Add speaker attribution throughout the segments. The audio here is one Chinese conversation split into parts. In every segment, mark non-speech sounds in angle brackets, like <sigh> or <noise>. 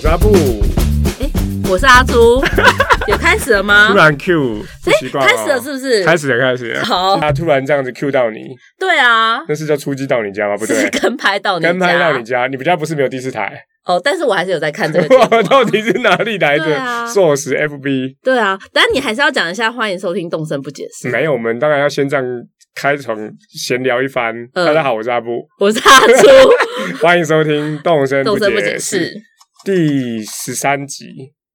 Speaker 1: 是阿布，
Speaker 2: 我是阿
Speaker 1: <laughs>
Speaker 2: 朱，有开始了吗
Speaker 1: 突？然 Q，不习惯、哦
Speaker 2: 啊开始了是不是？
Speaker 1: 开始了，开始了。
Speaker 2: 好
Speaker 1: 他突然这样子 Q 到你，
Speaker 2: 对啊，
Speaker 1: 那是叫出击到你家吗？哦不
Speaker 2: <laughs> 是
Speaker 1: 对，
Speaker 2: 跟拍到你家
Speaker 1: 跟拍到你家，你们家不是没有第四台？
Speaker 2: 哦，但是我还是有在看这个节目啊
Speaker 1: <laughs> 我到底是哪里来
Speaker 2: 对
Speaker 1: 的
Speaker 2: 啊
Speaker 1: source FB？
Speaker 2: 对啊，但你还是要讲一下，欢迎收听《动声不解释》，
Speaker 1: 没有，我们当然要先这样开场闲聊一番。
Speaker 2: 嗯
Speaker 1: 大家好，我是阿布，
Speaker 2: 我是阿
Speaker 1: <laughs>
Speaker 2: 朱，
Speaker 1: 欢迎收听《动身
Speaker 2: 动声不
Speaker 1: 解
Speaker 2: 解
Speaker 1: 释
Speaker 2: 释》
Speaker 1: 第十三集。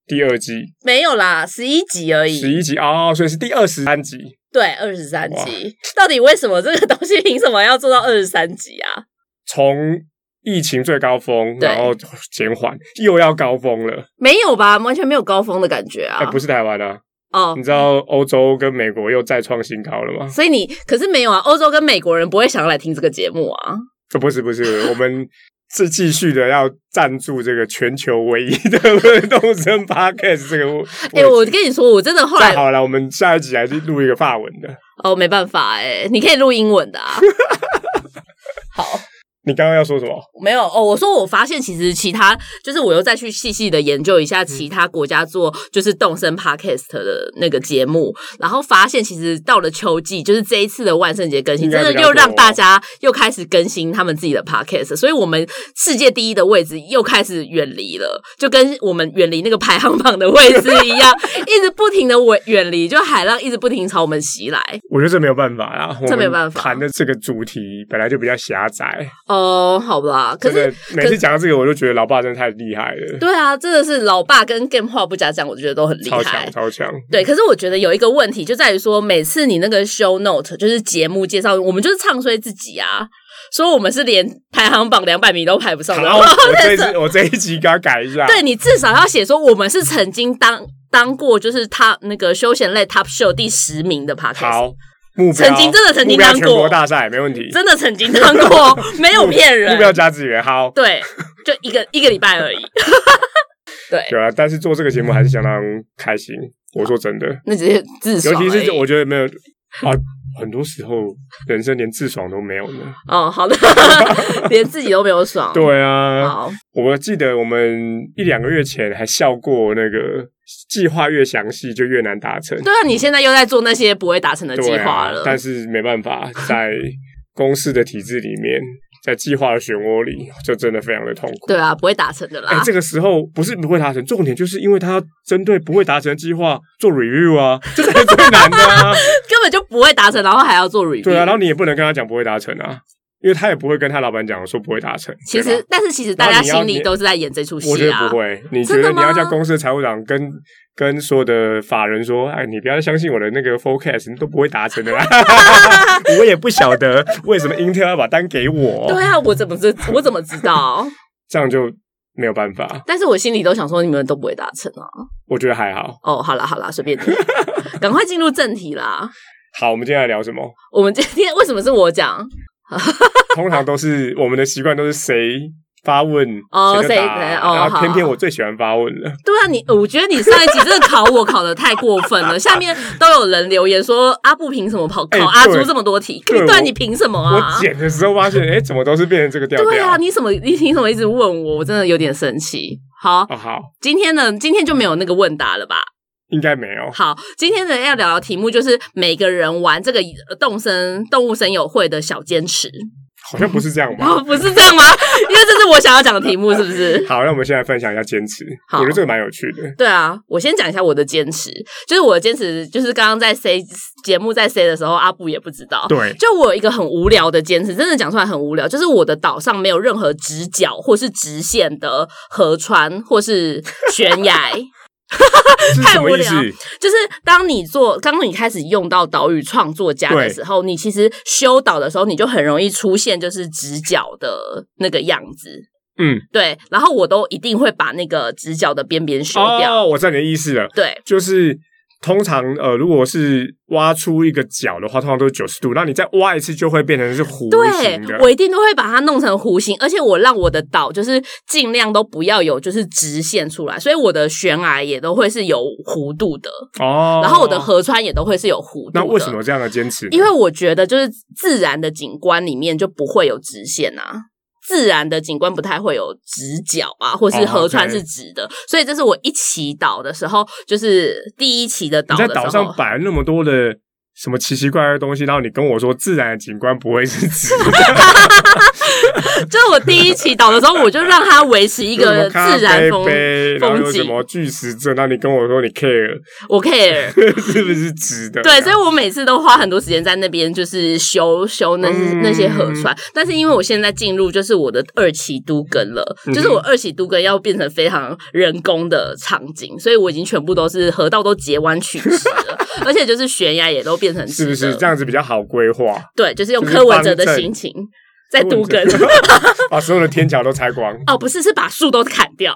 Speaker 1: 第二季
Speaker 2: 没有啦，十一集而
Speaker 1: 十
Speaker 2: 已，
Speaker 1: 一集哦，所以是第二十三集，
Speaker 2: 对，二十三集，到底为什么这个东西凭什么要做到二十三集啊？
Speaker 1: 从疫情最高峰，
Speaker 2: 对
Speaker 1: 然后减缓，又要高峰了。
Speaker 2: 没有吧，完全没有高峰的感觉啊，
Speaker 1: 哎、不是台湾啊，
Speaker 2: 哦
Speaker 1: 你。知道欧洲跟美国又再创新高了吗？
Speaker 2: 所以你可是没有啊，欧洲跟美国人不会想要来听这个节目啊。
Speaker 1: 呃不是不是， <laughs> 我们是继续的要赞助这个全球唯一的 <laughs> 动森 podcast 这个。
Speaker 2: 哎、我跟你说，我真的后来
Speaker 1: 太好了，我们下一集还是录一个法文的。
Speaker 2: 哦，没办法哎、你可以录英文
Speaker 1: <laughs>
Speaker 2: 的啊。好，
Speaker 1: 你刚刚要说什么？
Speaker 2: 没有哦。我说我发现其实其他就是我又再去细细的研究一下其他国家做就是动身 podcast 的那个节目，然后发现其实到了秋季，就是这一次的万圣节更新，
Speaker 1: 应该
Speaker 2: 真
Speaker 1: 比较
Speaker 2: 的
Speaker 1: 多
Speaker 2: 又让大家又开始更新他们自己的 podcast，所以我们世界第一的位置又开始远离了，就跟我们远离那个排行榜的位置一
Speaker 1: <laughs>
Speaker 2: 样，一直不停的远远离，就海浪一直不停朝我们袭来。
Speaker 1: 我觉得这没有办法啊，
Speaker 2: 这没有办法
Speaker 1: 我们谈的这个主题本来就比较狭窄，
Speaker 2: 哦、好吧，可是
Speaker 1: 真的每次讲到这个，我就觉得老爸真的太厉害了，
Speaker 2: 对啊，真的是老爸跟 game 话不加酱，我觉得都很厉
Speaker 1: 超强
Speaker 2: 害。
Speaker 1: 超强。
Speaker 2: 对，可是我觉得有一个问题就在于说，每次你那个 show note 就是节目介绍，我们就是唱衰自己啊，说我们是连排行榜两百名都排不上的。 <laughs>
Speaker 1: 好，我这一次啊我这一集给他改一下。
Speaker 2: 对你至少要写说我们是曾经当当过就是他那个休闲类 top show 第十名的 p o d c a s
Speaker 1: 好，目标
Speaker 2: 曾经真的曾经
Speaker 1: 目标
Speaker 2: 当
Speaker 1: 全
Speaker 2: 过
Speaker 1: 国大赛没问题，
Speaker 2: 真的曾经当
Speaker 1: <laughs>
Speaker 2: 过，没有骗
Speaker 1: 目标
Speaker 2: 人。
Speaker 1: 加资源好。
Speaker 2: 对，就一个一个礼
Speaker 1: <laughs>
Speaker 2: 拜而已。对，
Speaker 1: 对啊，但是做这个节目还是相当开心。我说真的，
Speaker 2: 那只是自
Speaker 1: 尤
Speaker 2: 爽欸而已。
Speaker 1: 其是我觉得没有啊，很多时候人生连自爽都没有呢。
Speaker 2: 哦，好的，连自己都没有爽。，
Speaker 1: 对啊，
Speaker 2: 好，
Speaker 1: 我记得我们一两个月前还笑过那个计划越详细就越难达成，
Speaker 2: 对啊，你现在又在做那些不会达成的计
Speaker 1: 对
Speaker 2: 划
Speaker 1: 啊
Speaker 2: 了，，
Speaker 1: 但是没办法，在公司的体制里面，在计划的漩涡里，就真的非常的痛苦。
Speaker 2: 对啊，不会达成的
Speaker 1: 哎、
Speaker 2: 啦。
Speaker 1: 这个时候不是不会达成，重点就是因为他要针对不会达成的计划做 review 啊， <laughs> 这才是最难的
Speaker 2: <laughs>
Speaker 1: 啊。
Speaker 2: <laughs> 根本就不会达成，然后还要做 review。
Speaker 1: 对啊，然后你也不能跟他讲不会达成啊，因为他也不会跟他老板讲说不会达成。
Speaker 2: 其
Speaker 1: 对
Speaker 2: 实
Speaker 1: 吧，
Speaker 2: 但是其实大家
Speaker 1: 然后
Speaker 2: 心
Speaker 1: 你要
Speaker 2: 里都是在演这出
Speaker 1: 我觉
Speaker 2: 戏
Speaker 1: 得
Speaker 2: 啊。
Speaker 1: 不会，你觉
Speaker 2: 真的
Speaker 1: 得你要
Speaker 2: 吗
Speaker 1: 叫公司的财务长跟跟所有的法人说，哎，你不要相信我的那个 forecast，你都不会达成的
Speaker 2: <laughs>
Speaker 1: 啦。 <laughs> 我也不晓得为什么 Intel 要把单给我，
Speaker 2: 对啊，我怎么知我怎么知道？
Speaker 1: 这样就没有办法。
Speaker 2: 但是我心里都想说，你们都不会达成啊。
Speaker 1: 我觉得还好。
Speaker 2: 哦，好啦好啦，随便你， <laughs> 赶快进入正题啦。
Speaker 1: 好，我们接下来聊什么？
Speaker 2: 我们今天为什么是我讲？
Speaker 1: 通常都是我们的习惯都是谁发问
Speaker 2: 哦
Speaker 1: 谁就
Speaker 2: 谁
Speaker 1: 答
Speaker 2: 哦
Speaker 1: 然后
Speaker 2: 好
Speaker 1: 偏偏我最喜欢发问了。
Speaker 2: 对啊，你我觉得你上一集真的考我考的太过分了，下面都有人留言说阿布凭什么跑考、
Speaker 1: 哎
Speaker 2: 阿
Speaker 1: 对
Speaker 2: 朱这么多题？
Speaker 1: 对
Speaker 2: 对，
Speaker 1: 我
Speaker 2: 你凭什么啊
Speaker 1: 我？剪的时候发现，哎，怎么都是变成这个调调？
Speaker 2: 对啊，你怎么你凭什么一直问我？我真的有点生气。好，
Speaker 1: 哦，好，
Speaker 2: 今天呢，今天就没有那个问答了吧？
Speaker 1: 应该没有。
Speaker 2: 好，今天呢要聊的题目就是每个人玩这个呃动森动物森友会的小坚持， <laughs>
Speaker 1: 好像不是这样吧？
Speaker 2: 哦，不是这样吗？因为这是我想要讲的题目，是不是？
Speaker 1: 好，那我们现在分享一下坚持，我
Speaker 2: 好
Speaker 1: 觉得这个蛮有趣的。
Speaker 2: 对啊，我先讲一下我的坚持，就是我的坚持，就是刚刚在 C 节目在 C 的时候，阿布也不知道。
Speaker 1: <laughs> 对，
Speaker 2: 就我有一个很无聊的坚持，真的讲出来很无聊，就是我的岛上没有任何直角或是直线的河川或是悬崖，
Speaker 1: 是
Speaker 2: 太
Speaker 1: 什么
Speaker 2: 无
Speaker 1: 意思
Speaker 2: 聊？就是当你做，当你开始用到岛屿创作家的时候，你其实修岛的时候，你就很容易出现就是直角的那个样子。
Speaker 1: 嗯，
Speaker 2: 对，然后我都一定会把那个直角的边边修掉。
Speaker 1: 哦，我知道你的意思了，
Speaker 2: 对，
Speaker 1: 就是。通常，呃，如果是挖出一个角的话，通常都是九十度。那你再挖一次，就会变成是弧
Speaker 2: 对
Speaker 1: 形的。，
Speaker 2: 我一定都会把它弄成弧形，而且我让我的岛就是尽量都不要有就是直线出来，所以我的悬崖也都会是有弧度的，
Speaker 1: 哦，
Speaker 2: 然后我的河川也都会是有弧度的。
Speaker 1: 那为什么？有这样的坚持呢？
Speaker 2: 因为我觉得就是自然的景观里面就不会有直线啊。自然的景观不太会有直角啊，或是
Speaker 1: 哦
Speaker 2: 河川
Speaker 1: OK
Speaker 2: 是直的，所以这是我一起岛的时候，就是第一期的岛
Speaker 1: 你
Speaker 2: 的
Speaker 1: 在
Speaker 2: 时候，
Speaker 1: 岛上摆了那么多的什么奇奇怪怪的东西，然后你跟我说自然的景观不会是直的，
Speaker 2: <laughs> 就是我第一期岛的时候，我就让它维
Speaker 1: <laughs>
Speaker 2: 持一
Speaker 1: 有什
Speaker 2: 个
Speaker 1: 么
Speaker 2: 自
Speaker 1: 咖
Speaker 2: 然
Speaker 1: 啡
Speaker 2: 风，
Speaker 1: 杯，然后有
Speaker 2: 风
Speaker 1: 什
Speaker 2: 景
Speaker 1: 么巨石阵，然后你跟我说你 care <laughs>
Speaker 2: 我 care。
Speaker 1: 是不是直的？
Speaker 2: 对，所以我每次都花很多时间在那边，就是修修那、
Speaker 1: 嗯
Speaker 2: 那些河川。但是因为我现在进入就是我的二期都根了，
Speaker 1: 嗯哼
Speaker 2: 就是我二期都根要变成非常人工的场景，所以我已经全部都是河道都截弯曲直了，
Speaker 1: <laughs>
Speaker 2: 而且就是悬崖也都变成
Speaker 1: 是不
Speaker 2: 直
Speaker 1: 是
Speaker 2: 的
Speaker 1: 这样子比较好规划？
Speaker 2: 对，就是用
Speaker 1: 就是
Speaker 2: 柯文哲的
Speaker 1: 方正
Speaker 2: 心情在都
Speaker 1: 杜
Speaker 2: 根。
Speaker 1: <laughs> 把所有的天桥都拆光，
Speaker 2: 哦，不是，是把树都砍
Speaker 1: <laughs>
Speaker 2: 掉。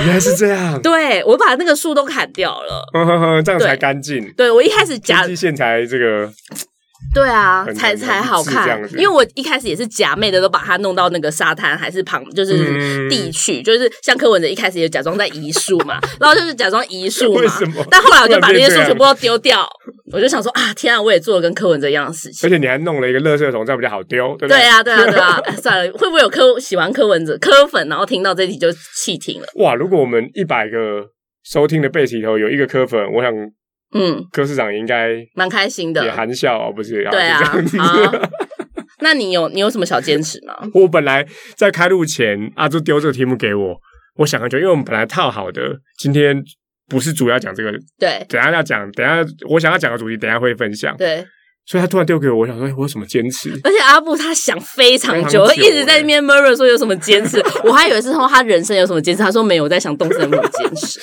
Speaker 1: 原来是这样，
Speaker 2: 对我把那个树都砍掉了。
Speaker 1: 呵呵呵，这样才
Speaker 2: 对
Speaker 1: 干净，
Speaker 2: 对，我一开始假
Speaker 1: 经济线才这个
Speaker 2: 对啊，
Speaker 1: 很
Speaker 2: 才
Speaker 1: 很
Speaker 2: 才
Speaker 1: 很
Speaker 2: 好
Speaker 1: 是这
Speaker 2: 看
Speaker 1: 样。子
Speaker 2: 因为我一开始也是假寐的，都把它弄到那个沙滩还是旁，就是
Speaker 1: 嗯
Speaker 2: 地去，就是像柯文哲一开始也假装在移树
Speaker 1: <laughs>
Speaker 2: 嘛，然后就是假装移树
Speaker 1: 为
Speaker 2: 嘛
Speaker 1: 什么。
Speaker 2: 但后来我就把那些树
Speaker 1: 突然变这样
Speaker 2: 全部都丢掉，我就想说啊，天啊，我也做了跟柯文哲一样的事
Speaker 1: 而
Speaker 2: 情。
Speaker 1: 且你还弄了一个垃圾桶，这样比较好丢， <laughs> 对不
Speaker 2: 对？啊，对啊，对啊， <laughs> 哎算了，会不会有柯喜欢柯文哲柯粉，然后听到这题就弃听了？
Speaker 1: 哇，如果我们一百个收听的背题头有一个科粉，我想
Speaker 2: 嗯，
Speaker 1: 柯市长应该
Speaker 2: 蛮开心
Speaker 1: 也
Speaker 2: 的。
Speaker 1: 含笑，哦不是？
Speaker 2: 对啊
Speaker 1: 然后就这，样子
Speaker 2: 啊，那你有你有什么小坚持吗？
Speaker 1: <laughs> 我本来在开录前，阿朱丢这个题目给我，我想很久，因为我们本来套好的，今天不是主要讲这个，
Speaker 2: 对
Speaker 1: 等一下要讲，等一下我想要讲的主题，等一下会分享。
Speaker 2: 对，
Speaker 1: 所以他突然丢给我，我想说，哎我有什么坚持？
Speaker 2: 而且阿布他想非常久，
Speaker 1: 非常久欸
Speaker 2: 一直在那边 murmur 说有什么
Speaker 1: <laughs>
Speaker 2: 坚持，我还以为是说他人生有什么坚持，他说没有，我在想动身有
Speaker 1: <laughs>
Speaker 2: 坚持。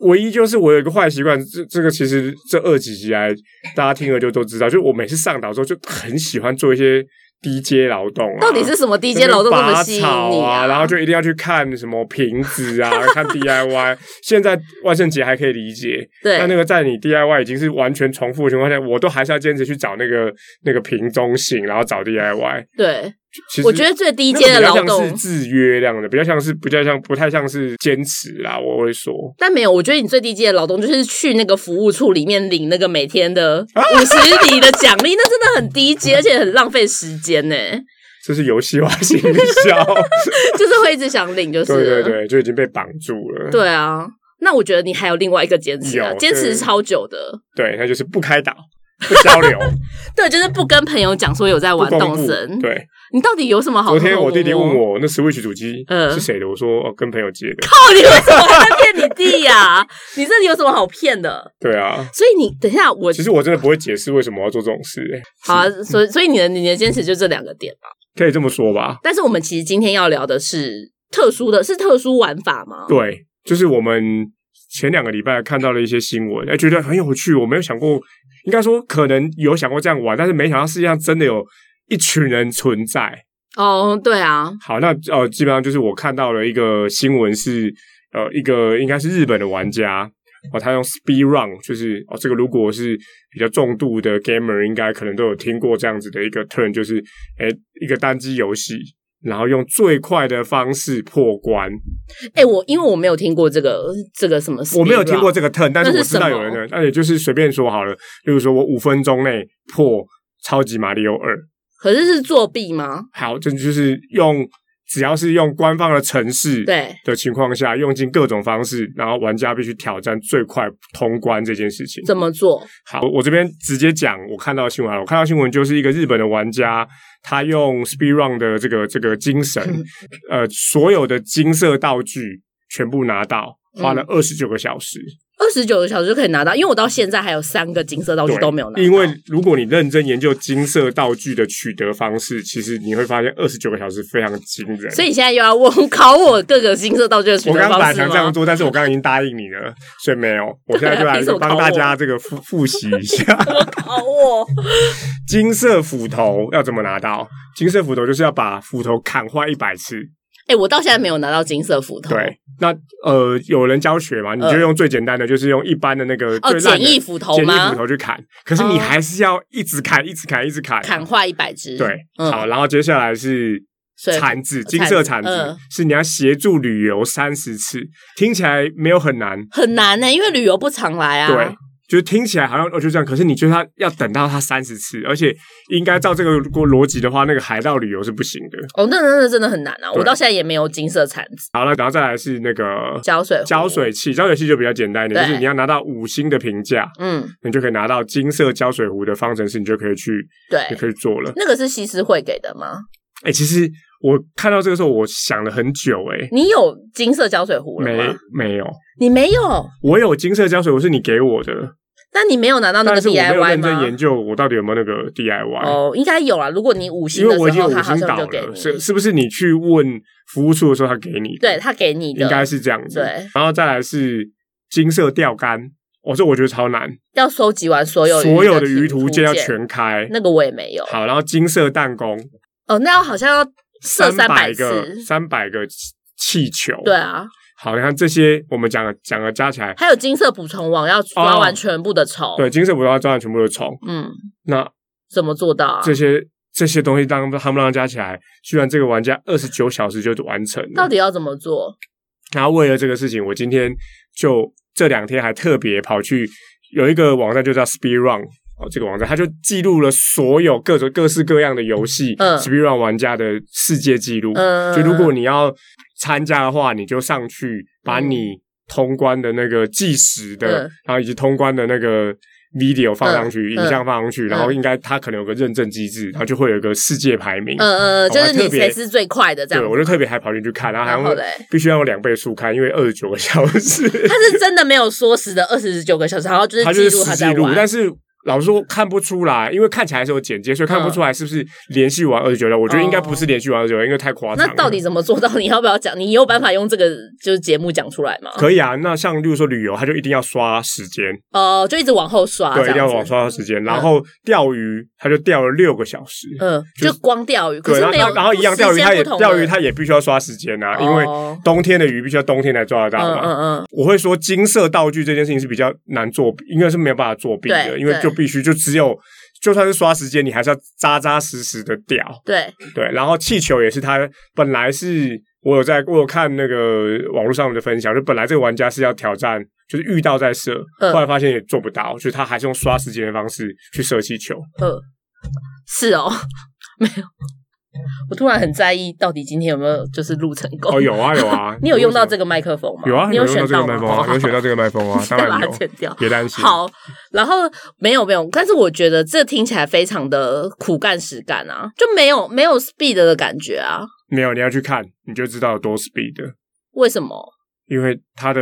Speaker 1: 唯一就是我有一个坏习惯，这这个其实这二几集来大家听了就都知道，就是我每次上岛之后就很喜欢做一些低阶劳动、啊，
Speaker 2: 到底是什么低阶劳动那么吸引
Speaker 1: 拔
Speaker 2: 你
Speaker 1: 草啊？然后就一定要去看什么瓶子啊，看 DIY。现在万圣节还可以理解，但那
Speaker 2: <laughs> 对，
Speaker 1: 个在你 DIY 已经是完全重复的情况下，我都还是要坚持去找那个那个瓶中性，然后找 DIY。
Speaker 2: 对，
Speaker 1: 其实
Speaker 2: 我觉得最低
Speaker 1: 那个
Speaker 2: 阶的劳
Speaker 1: 比较像是
Speaker 2: 动，
Speaker 1: 制约这样的，比较像是比较像不太像是坚持啦，我会说。
Speaker 2: 但没有，我觉得你最低阶的劳动就是去那个服务处里面领那个每天的
Speaker 1: 啊
Speaker 2: 五十里的奖励，那真的很低阶，而且很浪费时间呢，
Speaker 1: <laughs> 这是游戏化行销，
Speaker 2: <laughs> 就是会一直想领，就是
Speaker 1: 对对
Speaker 2: 了
Speaker 1: 对，就已经被绑住了。
Speaker 2: 对啊。那我觉得你还有另外一个坚持啊，
Speaker 1: 有
Speaker 2: 坚持
Speaker 1: 对
Speaker 2: 超久的，
Speaker 1: 对，那就是不开导，不交
Speaker 2: <laughs>
Speaker 1: 流，
Speaker 2: 对，就是不跟朋友讲说有在
Speaker 1: 不
Speaker 2: 玩
Speaker 1: 公
Speaker 2: 动
Speaker 1: 布
Speaker 2: 森，。
Speaker 1: 对，
Speaker 2: 你到底有什么好？哦
Speaker 1: 昨天我弟弟问，我那 Switch 主机
Speaker 2: 嗯
Speaker 1: 是谁的，我说哦跟朋友借的。
Speaker 2: 靠，你为什么还在骗你弟呀、 <laughs> 你这里有什么好骗的？
Speaker 1: 对啊，
Speaker 2: 所以你等一下我，
Speaker 1: 其实我真的不会解释为什么要做这种事、欸
Speaker 2: 好、啊，所以所以你的你的坚持就这两个点嘛。
Speaker 1: 可以这么说吧？
Speaker 2: 但是我们其实今天要聊的是特殊的，是特殊玩法吗？
Speaker 1: 对，就是我们前两个礼拜看到了一些新闻，哎、觉得很有趣，我没有想过，应该说可能有想过这样玩，但是没想到世界上真的有一群人存在。
Speaker 2: 哦，对啊，
Speaker 1: 好，那呃，基本上就是我看到了一个新闻是，呃，一个应该是日本的玩家哦，他用 Speed Run，就是哦，这个如果是比较重度的 gamer，应该可能都有听过这样子的一个 turn，就是诶一个单机游戏，然后用最快的方式破关。
Speaker 2: 哎、我因为我没有听过这个这个什么，
Speaker 1: 我没有听过，这个 turn，但是
Speaker 2: 那
Speaker 1: 我
Speaker 2: 是什
Speaker 1: 知
Speaker 2: 么
Speaker 1: 道有人的，那也就是随便说好了，例如说我五分钟内破超级马里奥二，
Speaker 2: 可是是作弊吗？
Speaker 1: 好，这就是用只要是用官方的城市
Speaker 2: 对，
Speaker 1: 的情况下，用尽各种方式，然后玩家必须挑战最快通关这件事情。
Speaker 2: 怎么做？
Speaker 1: 好，我我这边直接讲，我看到新闻了。我看到新闻就是一个日本的玩家，他用 Speed Run 的这个这个精神，
Speaker 2: 嗯
Speaker 1: 呃，所有的金色道具全部拿到，花
Speaker 2: 嗯
Speaker 1: 了二十九个小时。
Speaker 2: 二十九个小时就可以拿到，因为我到现在还有三个金色道具
Speaker 1: 对，
Speaker 2: 哦都没有拿到，
Speaker 1: 因为如果你认真研究金色道具的取得方式，其实你会发现二十九个小时非常惊 <laughs> 人。
Speaker 2: 所以你现在又要问考我各个金色道具的取
Speaker 1: 我
Speaker 2: 得
Speaker 1: 刚刚本
Speaker 2: 方
Speaker 1: 来
Speaker 2: 式
Speaker 1: 想这
Speaker 2: 吗
Speaker 1: 样？做，但是我刚刚已经答应你了，所以没
Speaker 2: <laughs>
Speaker 1: 有。我现在就
Speaker 2: 对啊
Speaker 1: 来
Speaker 2: 凭什么考
Speaker 1: 帮
Speaker 2: 我
Speaker 1: 大家这个复复习一
Speaker 2: <laughs>
Speaker 1: 下，
Speaker 2: 考哦我？
Speaker 1: 金色斧头要怎么拿到？金色斧头就是要把斧头砍坏一百次。
Speaker 2: 哎、我到现在没有拿到金色斧头。
Speaker 1: 对，那呃，有人教学嘛？你就用最简单的，就是用一般的那个
Speaker 2: 呃哦，
Speaker 1: 最烂的
Speaker 2: 简易斧头
Speaker 1: 简易
Speaker 2: 吗
Speaker 1: 斧？头去砍。可是你
Speaker 2: 哦
Speaker 1: 还是要一直砍，一直砍，一直砍。
Speaker 2: 砍坏一百只。
Speaker 1: 对，
Speaker 2: 嗯
Speaker 1: 好，然后接下来是
Speaker 2: 所以
Speaker 1: 铲子，金色
Speaker 2: 呃铲
Speaker 1: 铲
Speaker 2: 子
Speaker 1: 子
Speaker 2: 嗯
Speaker 1: 是你要协助旅游三十次，听起来没有很难，
Speaker 2: 欸很难呢、因为旅游不常来啊。
Speaker 1: 对，就是听起来好像哦就这样，可是你觉得他要等到他三十次，而且应该照这个如果逻辑的话，那个海盗旅游是不行的。
Speaker 2: 哦，那那那真的很难啊！
Speaker 1: 对
Speaker 2: 我到现在也没有金色铲子、
Speaker 1: 好了，然后再来是那个
Speaker 2: 胶水、
Speaker 1: 胶水，器，胶水器就比较简单一点，
Speaker 2: 对
Speaker 1: 就是你要拿到五星的评价，
Speaker 2: 嗯，
Speaker 1: 你就可以拿到金色胶水壶的方程式，你就可以去就
Speaker 2: 对，
Speaker 1: 可以做了。
Speaker 2: 那个是西施会给的吗？
Speaker 1: 哎、其实我看到这个时候，我想了很久、哎，
Speaker 2: 你有金色胶水壶了
Speaker 1: 没
Speaker 2: 吗？
Speaker 1: 没有，
Speaker 2: 你没有，
Speaker 1: 我有金色胶水壶是你给我的，
Speaker 2: 那你没有拿到那
Speaker 1: 但
Speaker 2: 个
Speaker 1: 是我没有
Speaker 2: DIY
Speaker 1: 认真研
Speaker 2: 吗？
Speaker 1: 究我到底有没有那个 DIY。
Speaker 2: 哦，应该有啦。如果你五星
Speaker 1: 因
Speaker 2: 的
Speaker 1: 为我已经
Speaker 2: 时
Speaker 1: 有
Speaker 2: 候，他
Speaker 1: 五
Speaker 2: 好
Speaker 1: 星
Speaker 2: 像
Speaker 1: 岛
Speaker 2: 就给
Speaker 1: 了，
Speaker 2: 你，
Speaker 1: 是是不是你去问服务处的时候他给你？
Speaker 2: 对，他给你的，
Speaker 1: 应该是这样子。
Speaker 2: 对，
Speaker 1: 然后再来是金色钓竿，哦，这我觉得超难，
Speaker 2: 要收集完所有
Speaker 1: 所有的
Speaker 2: 鱼
Speaker 1: 鱼
Speaker 2: 图
Speaker 1: 图鉴
Speaker 2: 鉴
Speaker 1: 要。全开。
Speaker 2: 那个我也没有。
Speaker 1: 好，然后金色弹弓，
Speaker 2: 哦，那要好像要射三
Speaker 1: 百个
Speaker 2: 次，
Speaker 1: 三百个气气球。
Speaker 2: 对，哦啊，
Speaker 1: 好，你看这些我们讲了讲了加起来，
Speaker 2: 还有金色捕虫网要抓完全部的虫。
Speaker 1: 哦对，金色捕要抓的全部都是虫。
Speaker 2: 嗯，
Speaker 1: 那
Speaker 2: 怎么做到啊？
Speaker 1: 这些、这些东西当他们让加起来，居然这个玩家二十九小时就完成了。
Speaker 2: 到底要怎么做？
Speaker 1: 然后为了这个事情，我今天就这两天还特别跑去有一个网站就叫 Speed Run 哦，这个网站它就记录了所有各种各式各样的游戏、
Speaker 2: 嗯
Speaker 1: Speed Run 玩家的世界纪录。
Speaker 2: 嗯
Speaker 1: 就如果你要参加的话，你就上去把你通关的那个计时的，
Speaker 2: 嗯
Speaker 1: 然后以及通关的那个 video 放上去，
Speaker 2: 嗯
Speaker 1: 影像放上去，然后应该它可能有个认证机制，然后就会有个世界排名。
Speaker 2: 呃呃，
Speaker 1: 我
Speaker 2: 就
Speaker 1: 哦还
Speaker 2: 是你
Speaker 1: 特别
Speaker 2: 谁是最快的这
Speaker 1: 对，
Speaker 2: 样
Speaker 1: 我
Speaker 2: 子。
Speaker 1: 就特别还跑进去看，然后还
Speaker 2: 然后
Speaker 1: 会
Speaker 2: 嘞，
Speaker 1: 必须要有两倍速看，因为二十九个小
Speaker 2: <laughs>
Speaker 1: 时，
Speaker 2: 他是真的没有说死的二十九个小时，然后就
Speaker 1: 它
Speaker 2: 记
Speaker 1: 就
Speaker 2: 录
Speaker 1: 是
Speaker 2: 他
Speaker 1: 实
Speaker 2: 在
Speaker 1: 际录
Speaker 2: 玩。。
Speaker 1: 但是老实说看不出来，因为看起来是有简介，所以看不
Speaker 2: 嗯
Speaker 1: 出来是不是连续玩二十九的。我觉得应该不是连续玩二十九，因为太夸张
Speaker 2: 那
Speaker 1: 了。
Speaker 2: 到底怎么做到？你要不要讲？你有办法用这个就是节目讲出来吗？
Speaker 1: 可以啊？那像例如说旅游，它就一定要刷时间，
Speaker 2: 哦，就一直往后刷，
Speaker 1: 对，一
Speaker 2: 这
Speaker 1: 定要
Speaker 2: 样
Speaker 1: 往
Speaker 2: 子。
Speaker 1: 刷时间。然后钓鱼，它就钓了六个小时。
Speaker 2: 嗯，
Speaker 1: 就
Speaker 2: 就光钓鱼，
Speaker 1: 对，
Speaker 2: 可是
Speaker 1: 然后
Speaker 2: 没
Speaker 1: 然
Speaker 2: 有
Speaker 1: 后然后一样
Speaker 2: 时
Speaker 1: 钓
Speaker 2: 间
Speaker 1: 鱼，它也
Speaker 2: 不同的
Speaker 1: 钓鱼，它也必须要刷时间啊，因为
Speaker 2: 哦
Speaker 1: 冬天的鱼必须要冬天才抓得到
Speaker 2: 嗯
Speaker 1: 嘛。
Speaker 2: 嗯嗯，
Speaker 1: 我会说金色道具这件事情是比较难作弊，应该是没有办法作弊的，
Speaker 2: 对
Speaker 1: 因为就必须就只有就算是刷时间，你还是要扎扎实实的掉。
Speaker 2: 对，
Speaker 1: 对，然后气球也是它本来是我有在我有看那个网络上的分享，就本来这个玩家是要挑战，就是遇到再射，
Speaker 2: 嗯
Speaker 1: 后来发现也做不到，就是他还是用刷时间的方式去射气
Speaker 2: <laughs>
Speaker 1: 球。
Speaker 2: 呃，是哦，没有。我突然很在意，到底今天有没有就是录成功？，
Speaker 1: 哦，有啊有啊
Speaker 2: 你有用到这个麦克风吗？
Speaker 1: 有啊，
Speaker 2: 你
Speaker 1: 有用
Speaker 2: 选
Speaker 1: 到这个
Speaker 2: 吗，
Speaker 1: 麦克风啊，有选到这个麦克风啊
Speaker 2: <laughs>
Speaker 1: 当
Speaker 2: 再把
Speaker 1: 然
Speaker 2: 它
Speaker 1: 有，
Speaker 2: 剪掉。
Speaker 1: 别担心。，
Speaker 2: 好，然后没有没有，但是我觉得这听起来非常的苦干实干啊，就没有没有 speed 的感觉啊。
Speaker 1: 没有你要去看，你就知道有多 speed 的。
Speaker 2: 为什么？
Speaker 1: 因为它的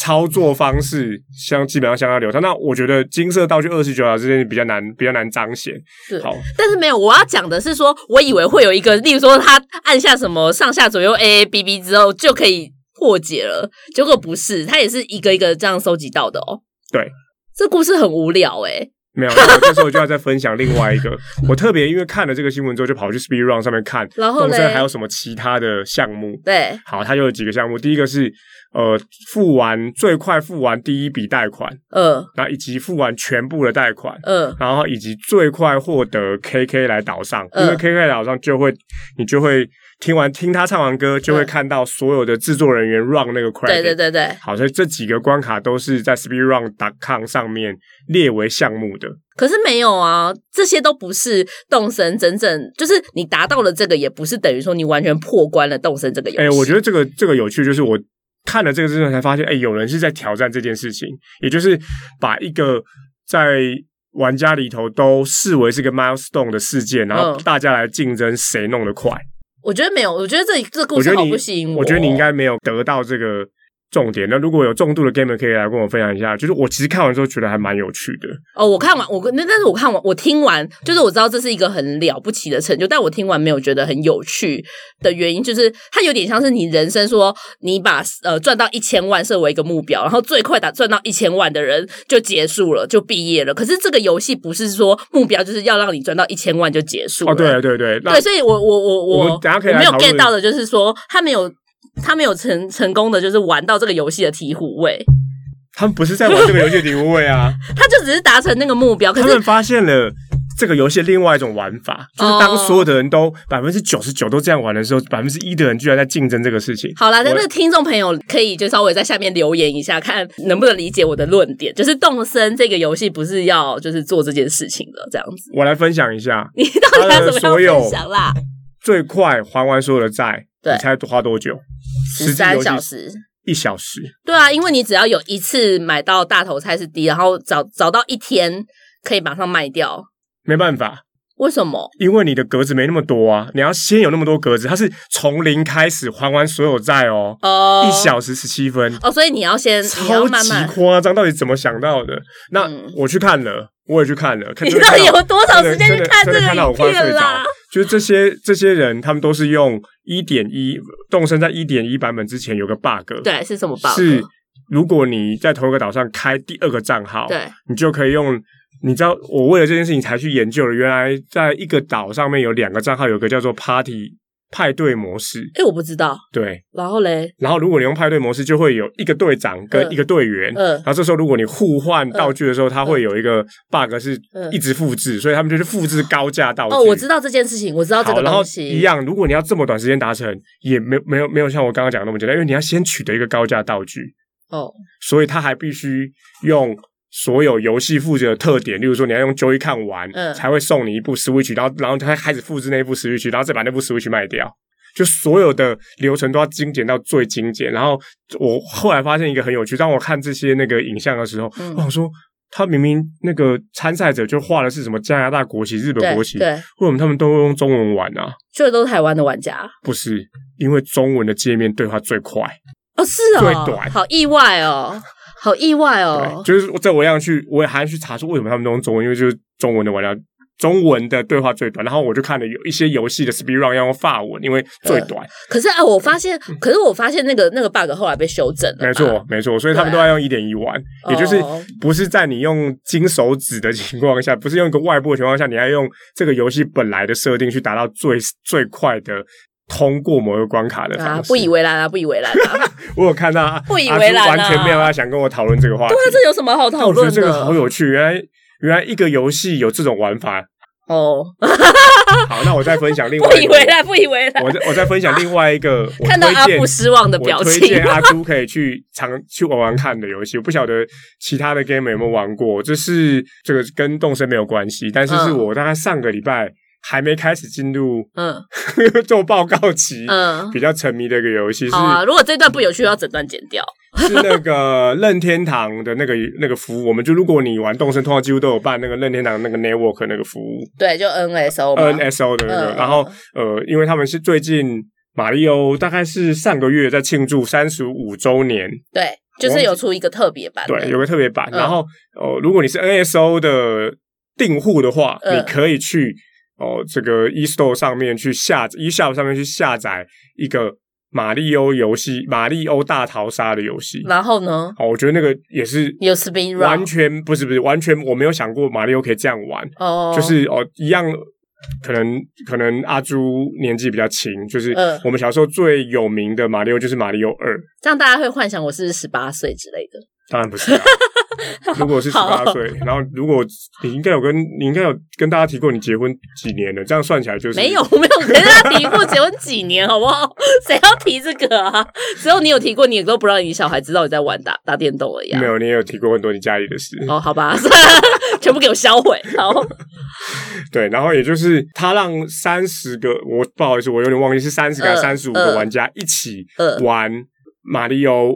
Speaker 1: 操作方式相基本上相当流畅。那我觉得金色道具二十九小时之间比较难，比较难彰显。
Speaker 2: 是
Speaker 1: 好，
Speaker 2: 但是没有，我要讲的是说，我以为会有一个，例如说他按下什么上下左右 A A B B 之后就可以破解了，结果不是，他也是一个一个这样收集到的哦。
Speaker 1: 对，
Speaker 2: 这故事很无聊欸诶、
Speaker 1: 没有，那我这时候就要再分享另外一个。 <laughs> 我特别因为看了这个新闻之后，就跑去 Speed Run 上面看，
Speaker 2: 然后
Speaker 1: 动
Speaker 2: 嘞
Speaker 1: 森还有什么其他的项目。
Speaker 2: 对，
Speaker 1: 好，它就有几个项目，第一个是呃付完最快付完第一笔贷款，
Speaker 2: 呃
Speaker 1: 然后以及付完全部的贷款。
Speaker 2: 呃，
Speaker 1: 然后以及最快获得 KK 来岛上，
Speaker 2: 嗯
Speaker 1: 因为 KK 来岛上就会你就会听完听他唱完歌，就会看到所有的制作人员 run 那个 credit。
Speaker 2: 嗯对对。对对，
Speaker 1: 好，所以这几个关卡都是在 speedrun.com 上面列为项目的。
Speaker 2: 可是没有啊，这些都不是动森真正，就是你达到了这个，也不是等于说你完全破关了动森这个游戏。
Speaker 1: 哎，我觉得这个这个有趣，就是我看了这个之后才发现，哎，有人是在挑战这件事情，也就是把一个在玩家里头都视为是个 milestone 的事件，然后
Speaker 2: 嗯
Speaker 1: 大家来竞争谁弄得快。
Speaker 2: 我觉得没有，我觉得这这个故
Speaker 1: 我觉
Speaker 2: 事
Speaker 1: 得
Speaker 2: 好
Speaker 1: 你，
Speaker 2: 不吸引哦
Speaker 1: 我觉得你应该没有得到这个重点。那如果有重度的 gamer 可以来跟我分享一下，就是我其实看完之后觉得还蛮有趣的。
Speaker 2: 哦，我看完我那但是我看完我听完，就是我知道这是一个很了不起的成就，但我听完没有觉得很有趣的原因，就是它有点像是你人生说你把呃赚到一千万设为一个目标，然后最快打赚到一千万的人就结束了，就毕业了。可是这个游戏不是说目标就是要让你赚到一千万就结束了欸
Speaker 1: 哦，对对对，那
Speaker 2: 对，所以我我我
Speaker 1: 我
Speaker 2: 我
Speaker 1: 们等下可以来
Speaker 2: 我没有
Speaker 1: 讨论
Speaker 2: get 到的就是说他没有他没有成成功的就是玩到这个游戏的醍醐味， <laughs>
Speaker 1: 他们不是在玩这个游戏的礼物位啊，
Speaker 2: 他就只是达成那个目标，可
Speaker 1: 他
Speaker 2: 是
Speaker 1: 们发现了这个游戏另外一种玩法，
Speaker 2: 哦
Speaker 1: 就是当所有的人都百分之九十九都这样玩的时候，百分之一的人居然在竞争这个事情。
Speaker 2: 好啦，那
Speaker 1: 我
Speaker 2: 那听众朋友可以就稍微在下面留言一下，看能不能理解我的论点。就是动森这个游戏不是要就是做这件事情的这样子。 <laughs>
Speaker 1: 我来分享一下
Speaker 2: 你到底
Speaker 1: 他的
Speaker 2: 要怎么
Speaker 1: 所
Speaker 2: 样
Speaker 1: 有
Speaker 2: 分享啦？
Speaker 1: 最快还完所有的债，
Speaker 2: 对
Speaker 1: 你猜花多久？
Speaker 2: 十
Speaker 1: 际游
Speaker 2: 三
Speaker 1: 戏
Speaker 2: 小时。
Speaker 1: 一小时。
Speaker 2: 对啊，因为你只要有一次买到大头菜是低，然后找找到一天可以马上卖掉，
Speaker 1: 没办法，
Speaker 2: 为什么？
Speaker 1: 因为你的格子没那么多啊，你要先有那么多格子，它是从零开始还完所有债哦，
Speaker 2: 哦、
Speaker 1: 一小时十七分，
Speaker 2: 哦，所以你要先你要
Speaker 1: 超
Speaker 2: 慢
Speaker 1: 级
Speaker 2: 慢，
Speaker 1: 夸张，到底怎么想到的？那
Speaker 2: 嗯
Speaker 1: 我去看了，我也去看了，看 <laughs>
Speaker 2: 你
Speaker 1: 真的
Speaker 2: 到底
Speaker 1: 看
Speaker 2: 有多少时间
Speaker 1: 真
Speaker 2: 去
Speaker 1: 的
Speaker 2: 看这
Speaker 1: 真的
Speaker 2: 个
Speaker 1: 看到我
Speaker 2: 影
Speaker 1: 快睡
Speaker 2: 片
Speaker 1: 着
Speaker 2: 啦？
Speaker 1: 就是这些这些人，他们都是用一点一动身在一点一版本之前有个 bug，，
Speaker 2: 对，是什么 bug？
Speaker 1: 是如果你在同一个岛上开第二个账号，
Speaker 2: 对，
Speaker 1: 你就可以用。你知道我为了这件事情才去研究了，原来在一个岛上面有两个账号，有个叫做 Party 派对模式，
Speaker 2: 哎，我不知道。
Speaker 1: 对。
Speaker 2: 然后嘞，
Speaker 1: 然后如果你用派对模式，就会有一个队长跟
Speaker 2: 嗯
Speaker 1: 一个队员，
Speaker 2: 嗯
Speaker 1: 然后这时候如果你互换道具的时候，它会有一个 bug 是
Speaker 2: 嗯
Speaker 1: 一直复制，所以他们就是复制高价道具。
Speaker 2: 哦，我知道这件事情，我知道这
Speaker 1: 好，
Speaker 2: 个
Speaker 1: 然后
Speaker 2: 东西
Speaker 1: 一样，如果你要这么短时间达成，也没有没有没有像我刚刚讲的那么简单，因为你要先取得一个高价道具，
Speaker 2: 哦，
Speaker 1: 所以它还必须用所有游戏附着的特点，例如说你要用 Joy 看玩，
Speaker 2: 嗯
Speaker 1: 才会送你一部 Switch，然后然后它开始复制那一部 Switch，然后再把那部 Switch 卖掉。就所有的流程都要精简到最精简。然后我后来发现一个很有趣，当我看这些那个影像的时候，
Speaker 2: 嗯
Speaker 1: 我想说，他明明那个参赛者就画的是什么加拿大国旗、日本
Speaker 2: 对
Speaker 1: 国旗，为
Speaker 2: 对，
Speaker 1: 什么他们都用中文玩啊？
Speaker 2: 这都是台湾的玩家
Speaker 1: 不是，因为中文的界面对话最快。
Speaker 2: 哦，是
Speaker 1: 最
Speaker 2: 哦，
Speaker 1: 短
Speaker 2: 好意外哦，好意外哦
Speaker 1: 对，，就是在我要去，我也还去查出为什么他们都用中文，因为就是中文的玩家。中文的对话最短，然后我就看了有一些游戏的 speed run 要用法文，因为最短，
Speaker 2: 可是啊，我发现，可是我发现那个那个 bug 后来被修正了，
Speaker 1: 嗯没错，没错，所以他们都
Speaker 2: 对啊
Speaker 1: 要用一点一玩，
Speaker 2: 哦
Speaker 1: 也就是不是在你用金手指的情况下，不是用一个外部的情况下，你要用这个游戏本来的设定去达到最最快的通过某个关卡的
Speaker 2: 啊
Speaker 1: 方，式。
Speaker 2: 不以为然啊，不以为然啊，
Speaker 1: 我有看到啊，
Speaker 2: 不以
Speaker 1: 阿朱
Speaker 2: 为然啊
Speaker 1: 完全没有要想跟我讨论这个话题
Speaker 2: 对啊，，这有什么好
Speaker 1: 但
Speaker 2: 讨
Speaker 1: 我觉得
Speaker 2: 论
Speaker 1: 这个好
Speaker 2: 的？
Speaker 1: 有趣，原来原来一个游戏有这种玩法，
Speaker 2: 哦，
Speaker 1: <laughs> 好，那我再分享另外
Speaker 2: 不
Speaker 1: 一
Speaker 2: 以
Speaker 1: 个
Speaker 2: 为然，不以为然
Speaker 1: 我，再我再分享另外一个，我
Speaker 2: 看到
Speaker 1: 推
Speaker 2: 阿
Speaker 1: 荐
Speaker 2: 布失望的表
Speaker 1: 我推
Speaker 2: 情，
Speaker 1: 荐啊阿朱可以去尝去玩玩看的游戏，我不晓得其他的 game 有没有玩过，这是这个跟动身没有关系，但是是
Speaker 2: 嗯
Speaker 1: 我大概上个礼拜还没开始进入 <laughs>
Speaker 2: 嗯
Speaker 1: 做报告期，
Speaker 2: 嗯，
Speaker 1: 比较沉迷的一个游戏是
Speaker 2: 好啊，如果这段不有趣，要整段剪掉。
Speaker 1: 是那个任天堂的那个那个服务，我们就如果你玩动身，通常几乎都有办那个任天堂的那个 network 那个服务，
Speaker 2: 对，就 NSO 嘛
Speaker 1: NSO 的那个，
Speaker 2: 嗯
Speaker 1: 然后呃，因为他们是最近马里欧大概是上个月在庆祝三十五周年，
Speaker 2: 对，就是有出一个特别版的，
Speaker 1: 对，有个特别版。
Speaker 2: 啊嗯
Speaker 1: 然后呃，如果你是 NSO 的订户的话，
Speaker 2: 嗯
Speaker 1: 你可以去哦、这个 eStore 上面去下 eShop 上面去下载一个马里欧游戏《马里欧大逃杀》的游戏。
Speaker 2: 然后呢，
Speaker 1: 哦，我觉得那个也是
Speaker 2: 有 Spin
Speaker 1: 完
Speaker 2: Run，
Speaker 1: 全不是不是完全我没有想过马里欧可以这样玩。
Speaker 2: 哦，
Speaker 1: 就是哦，一样，可能可能阿朱年纪比较轻，就是
Speaker 2: 嗯
Speaker 1: 我们小时候最有名的马里奥就是马里奥二，
Speaker 2: 这样，大家会幻想我是十八岁之类的。
Speaker 1: 当然不
Speaker 2: <laughs>
Speaker 1: 是、啊。如果是十
Speaker 2: 好
Speaker 1: 八岁，然后如果你应该有跟你应该有跟大家提过你结婚几年了，这样算起来就是
Speaker 2: 没有，我没有跟大家提过结婚几年，好不好？谁要提这个啊？只有你有提过，你都不让你小孩知道你在玩打打电动而已、啊
Speaker 1: 没。有，你也有提过很多你家里的事。
Speaker 2: 哦，好吧，全部给我销毁。好，
Speaker 1: 对，然后也就是他让三十个，我不好意思，我有点忘记是三十个还是
Speaker 2: 嗯
Speaker 1: 三十五个
Speaker 2: 嗯
Speaker 1: 玩家一起
Speaker 2: 嗯
Speaker 1: 玩《马里奥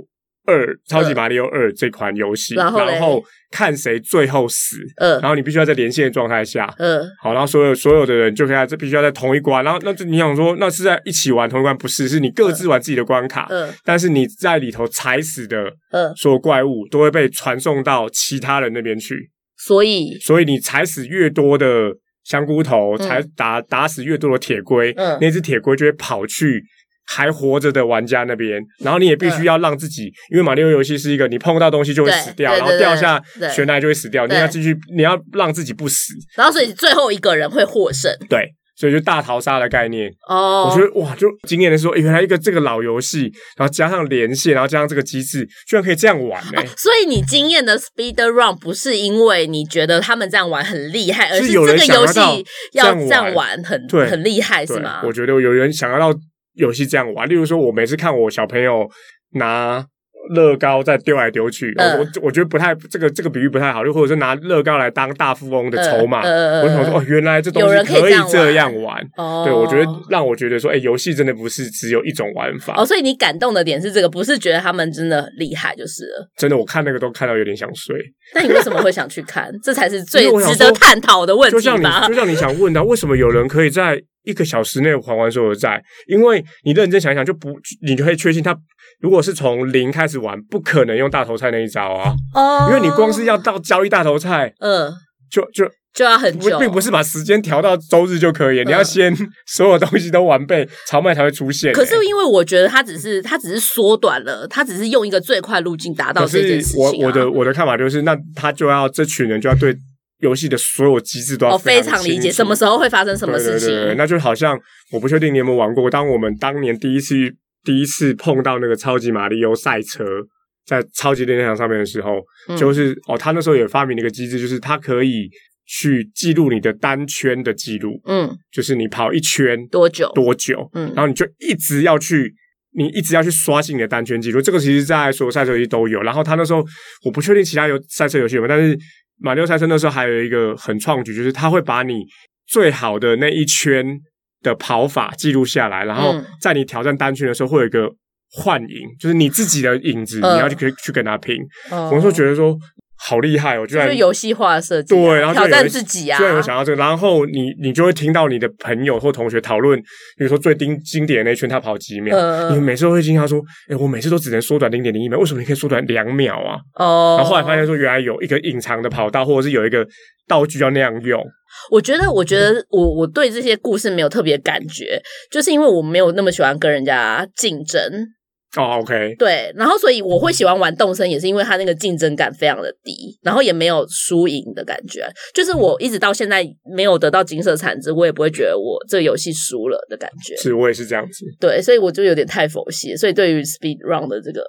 Speaker 1: 二》超级马里奥二这款游戏，
Speaker 2: 然后嘞
Speaker 1: 然后看谁最后死，
Speaker 2: 嗯
Speaker 1: 然后你必须要在连线的状态下。
Speaker 2: 嗯，
Speaker 1: 好，然后所有所有的人就可以在这必须要在同一关，然后那就你想说那是在一起玩同一关，不是，是你各自玩自己的关卡，
Speaker 2: 嗯
Speaker 1: 但是你在里头踩死的
Speaker 2: 嗯，
Speaker 1: 所有怪物都会被传送到其他人那边去，
Speaker 2: 所以
Speaker 1: 所以你踩死越多的香菇头，
Speaker 2: 嗯
Speaker 1: 踩打打死越多的铁龟，
Speaker 2: 嗯
Speaker 1: 那只铁龟就会跑去还活着的玩家那边，然后你也必须要让自己，因为马里奥游戏是一个你碰到东西就会
Speaker 2: 嗯对
Speaker 1: 死掉，
Speaker 2: 对
Speaker 1: 然后
Speaker 2: 对
Speaker 1: 掉下
Speaker 2: 对
Speaker 1: 悬崖就会死掉，你
Speaker 2: 对
Speaker 1: 要继续，你要让自己不死，
Speaker 2: 然后所以最后一个人会获胜。
Speaker 1: 对。所以就大逃杀的概念，
Speaker 2: 哦，
Speaker 1: 我觉得哇，就惊艳的说，诶原来一个这个老游戏，然后加上连线，然后加上这个机制，居然可以这样玩呢、欸
Speaker 2: 所以你惊艳的 speed run 不是因为你觉得他们这样玩很厉害，而
Speaker 1: 是
Speaker 2: 这
Speaker 1: 有人
Speaker 2: 个游戏
Speaker 1: 想要
Speaker 2: 要
Speaker 1: 到这样
Speaker 2: 这
Speaker 1: 玩
Speaker 2: 样玩很
Speaker 1: 对
Speaker 2: 很厉害
Speaker 1: 对
Speaker 2: 是吗，？
Speaker 1: 我觉得有人想要到游戏这样玩，例如说，我每次看我小朋友拿乐高在丢来丢去，
Speaker 2: 嗯
Speaker 1: 我我觉得不太这个这个比喻不太好，又或者是拿乐高来当大富翁的筹码，
Speaker 2: 呃呃呃
Speaker 1: 我就想说，哦，原来这东
Speaker 2: 有人
Speaker 1: 西
Speaker 2: 可以
Speaker 1: 可以
Speaker 2: 这
Speaker 1: 这
Speaker 2: 样
Speaker 1: 样玩。
Speaker 2: 哦
Speaker 1: 对，我觉得让我觉得说，哎、游戏真的不是只有一种玩法。
Speaker 2: 哦，所以你感动的点是这个，不是觉得他们真的厉害就是了。
Speaker 1: 真的，我看那个都看到有点想睡。
Speaker 2: 那你为什么会想去
Speaker 1: <laughs>
Speaker 2: 看？这才是最
Speaker 1: 因为我想
Speaker 2: 值得
Speaker 1: 说
Speaker 2: 探讨的问
Speaker 1: 就
Speaker 2: 题
Speaker 1: 像你
Speaker 2: 吧
Speaker 1: 就。像你想问的，啊为什么有人可以在一个小时内还完所有债？因为你认真想一想，就不你就可以确信他，如果是从零开始玩，不可能用大头菜那一招啊，
Speaker 2: 哦
Speaker 1: 因为你光是要到交易大头菜，
Speaker 2: 嗯。
Speaker 1: 就就
Speaker 2: 就要很
Speaker 1: 不
Speaker 2: 久，
Speaker 1: 并不是把时间调到周日就可以，你要先所有东西都完备，炒卖才会出现欸、
Speaker 2: 呃可是因为我觉得他只是他只是缩短了，他只是用一个最快路径达到
Speaker 1: 可
Speaker 2: 这件事
Speaker 1: 是
Speaker 2: 情、啊。
Speaker 1: 我我的我的看法就是，那他就要这群人就要对游戏的所有机制都要
Speaker 2: 我哦非
Speaker 1: 常
Speaker 2: 常理解
Speaker 1: 清楚
Speaker 2: 什么时候会发生什么事情。
Speaker 1: 对对对，那就好像我不确定你有没有玩过，当我们当年第一次第一次碰到那个超级马里奥赛车。在超级练练场上面的时候，
Speaker 2: 嗯
Speaker 1: 就是哦，他那时候也发明了一个机制，就是它可以去记录你的单圈的记录，
Speaker 2: 嗯，
Speaker 1: 就是你跑一圈
Speaker 2: 多久？
Speaker 1: 多久，
Speaker 2: 嗯
Speaker 1: 然后你就一直要去，你一直要去刷新你的单圈记录。这个其实在所有赛车游戏都有。然后他那时候我不确定其他游赛车游戏有没有，但是马六赛车那时候还有一个很创举，就是他会把你最好的那一圈的跑法记录下来，然后
Speaker 2: 嗯
Speaker 1: 在你挑战单圈的时候会有一个。幻影就是你自己的影子，你
Speaker 2: 嗯
Speaker 1: 要去去跟他拼。
Speaker 2: 哦
Speaker 1: 我那时候觉得说好厉害哦，居
Speaker 2: 就
Speaker 1: 然
Speaker 2: 是游戏化的设计啊、
Speaker 1: 对，然后就
Speaker 2: 挑
Speaker 1: 有
Speaker 2: 战
Speaker 1: 一
Speaker 2: 自己啊
Speaker 1: 就。有想到这个，然后你你就会听到你的朋友或同学讨论，比如说最经经典的那一圈他跑几秒，
Speaker 2: 嗯
Speaker 1: 你每次都会惊讶说，哎，我每次都只能缩短零点零一秒，为什么你可以缩短两秒啊？
Speaker 2: 哦，
Speaker 1: 然后后来发现说，原来有一个隐藏的跑道，或者是有一个道具要那样用，
Speaker 2: 我觉得，我觉得我我对这些故事没有特别感觉，就是因为我没有那么喜欢跟人家竞争，
Speaker 1: 哦，OK，
Speaker 2: 对，然后所以我会喜欢玩动森，也是因为它那个竞争感非常的低，然后也没有输赢的感觉，就是我一直到现在没有得到金色产值，我也不会觉得我这个游戏输了的感觉，
Speaker 1: 是我也是这样子，
Speaker 2: 对，所以我就有点太佛系，所以对于 speed run 的这个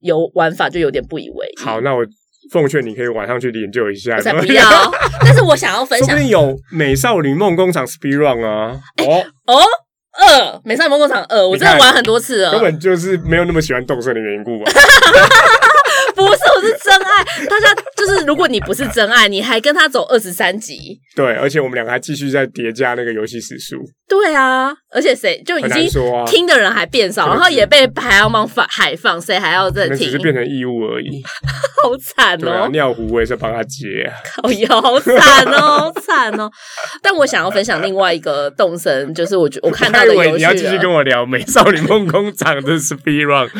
Speaker 2: 游玩法就有点不以为意。
Speaker 1: 好，，那我奉劝你可以晚上去研究一下，
Speaker 2: 我才
Speaker 1: 有没
Speaker 2: 不
Speaker 1: 有 <laughs>
Speaker 2: 要，哦但是我想要分
Speaker 1: 说不
Speaker 2: 享
Speaker 1: 定有美少女梦工厂 speed run
Speaker 2: <laughs>
Speaker 1: 啊，哦，
Speaker 2: 哦。二美少女梦工厂二，我真的
Speaker 1: 你看
Speaker 2: 玩很多次了，
Speaker 1: 根本就是没有那么喜欢动身的缘故啊吧。
Speaker 2: 不是，我是真爱。大家就是，如果你不是真爱，你还跟他走二十三集，
Speaker 1: 对，而且我们两个还继续在叠加那个游戏时数，
Speaker 2: 对啊，而且谁就已
Speaker 1: 很难
Speaker 2: 经
Speaker 1: 说啊，
Speaker 2: 听的人还变少，
Speaker 1: 可能
Speaker 2: 然
Speaker 1: 是
Speaker 2: 后也被排行榜放海放，谁还要再
Speaker 1: 那只
Speaker 2: 听
Speaker 1: 是？变成义务而
Speaker 2: 嗯
Speaker 1: 已。
Speaker 2: <laughs> 好惨
Speaker 1: 对啊，
Speaker 2: 哦，
Speaker 1: 尿壶我也是帮他接啊，
Speaker 2: 靠腰，好惨哦，好惨哦。但我想要分享另外一个动身，就是我觉
Speaker 1: <laughs>
Speaker 2: 我看到
Speaker 1: 我
Speaker 2: 的
Speaker 1: 以为
Speaker 2: 游
Speaker 1: 你
Speaker 2: 戏
Speaker 1: 要继续跟
Speaker 2: 了，
Speaker 1: 我聊《美少女梦工厂》的 Speed
Speaker 2: <laughs>
Speaker 1: Run，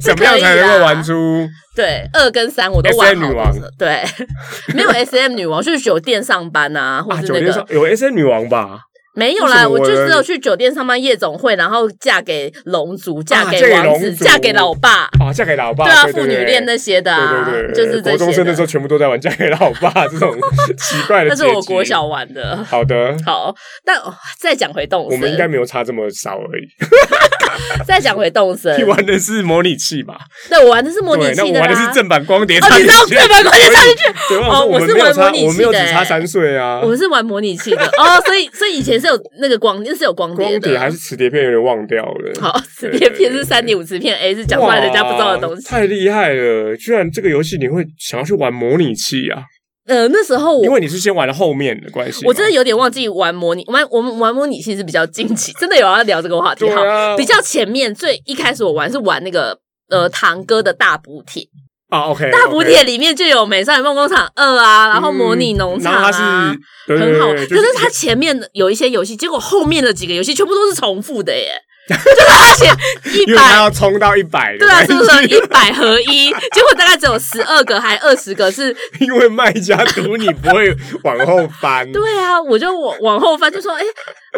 Speaker 1: 怎么
Speaker 2: 可
Speaker 1: 样
Speaker 2: 以啊
Speaker 1: 才能够
Speaker 2: 啦
Speaker 1: 玩出？
Speaker 2: 对二跟三我都玩
Speaker 1: SM
Speaker 2: 好
Speaker 1: 女
Speaker 2: 多
Speaker 1: 王
Speaker 2: 次了，对， <laughs> 没有 S M 女王，就是酒店上班啊，或
Speaker 1: 啊，
Speaker 2: 是
Speaker 1: 酒
Speaker 2: 那
Speaker 1: 店
Speaker 2: 个
Speaker 1: 上有 S N 女王吧？
Speaker 2: 没有
Speaker 1: 为什
Speaker 2: 啦，
Speaker 1: 么
Speaker 2: 我就
Speaker 1: 我的
Speaker 2: 只有去酒店上班夜总会，然后嫁给龙族，嫁
Speaker 1: 啊嫁
Speaker 2: 给
Speaker 1: 给
Speaker 2: 王子，
Speaker 1: 龙族
Speaker 2: 嫁给老爸，
Speaker 1: 啊，嫁给老爸，
Speaker 2: 对啊，
Speaker 1: 对
Speaker 2: 父女恋。那些的
Speaker 1: 对
Speaker 2: 啊，
Speaker 1: 对对对对，
Speaker 2: 就是这
Speaker 1: 国中
Speaker 2: 些
Speaker 1: 生的时
Speaker 2: 的。
Speaker 1: 候全部都在玩嫁给老爸这
Speaker 2: <laughs>
Speaker 1: 种奇怪的。
Speaker 2: 那是我国。小玩的。
Speaker 1: 好的，
Speaker 2: 好，但、哦再讲回动
Speaker 1: 我们应该
Speaker 2: 森，
Speaker 1: 没有差这么少而已。
Speaker 2: 再讲回动
Speaker 1: <laughs>
Speaker 2: 森
Speaker 1: 你。玩的是模拟器吧？
Speaker 2: 对，我玩的是模拟
Speaker 1: 对，那
Speaker 2: 器
Speaker 1: 我
Speaker 2: 的啦。
Speaker 1: 玩的是正版光碟
Speaker 2: 哦
Speaker 1: 插，
Speaker 2: 你
Speaker 1: 进
Speaker 2: 知道
Speaker 1: 去。
Speaker 2: 正版 <laughs> 关键上进去，
Speaker 1: 对，
Speaker 2: 哦
Speaker 1: 我
Speaker 2: 我
Speaker 1: 们
Speaker 2: 是
Speaker 1: 没有
Speaker 2: 玩
Speaker 1: 差，
Speaker 2: 模拟
Speaker 1: 我没有
Speaker 2: 器
Speaker 1: 只
Speaker 2: 的
Speaker 1: 差
Speaker 2: 欸
Speaker 1: 三岁啊。
Speaker 2: 我是玩模拟器的哦，所以所以以前是有那个光，是有光碟的。
Speaker 1: 光碟还是磁碟片有点忘掉了。
Speaker 2: 好，磁
Speaker 1: 对
Speaker 2: 碟片是三点五磁片，A 是讲出来人家不知道的东西
Speaker 1: 哇。太厉害了！居然这个游戏你会想要去玩模拟器啊？
Speaker 2: 呃，那时候我
Speaker 1: 因为你是先玩了后面的关系嘛。
Speaker 2: 我真的有点忘记玩模拟，玩我们玩模拟器是比较近期，真的有要聊这个话题
Speaker 1: 对
Speaker 2: 哈。
Speaker 1: 啊，
Speaker 2: 比较前面最一开始我玩是玩那个呃堂哥的大补帖，
Speaker 1: 啊 OK，
Speaker 2: 大补帖里面就有《美少女梦工厂二》啊，然后模拟农
Speaker 1: 嗯
Speaker 2: 场
Speaker 1: 然后
Speaker 2: 啊。
Speaker 1: 它是
Speaker 2: 很好，
Speaker 1: 对对对
Speaker 2: 可
Speaker 1: 就是
Speaker 2: 它前面的有一些游戏，结果后面的几个游戏全部都是重复的
Speaker 1: <laughs>
Speaker 2: 耶，就是它写一
Speaker 1: 因为它
Speaker 2: 百，
Speaker 1: 要冲到一百，
Speaker 2: 对啊，是不是一百合一？结果大概只有十二个还二十个是
Speaker 1: 因为卖家赌你不会往后
Speaker 2: <laughs>
Speaker 1: 翻，
Speaker 2: 对啊，我就往往后翻，就说，哎、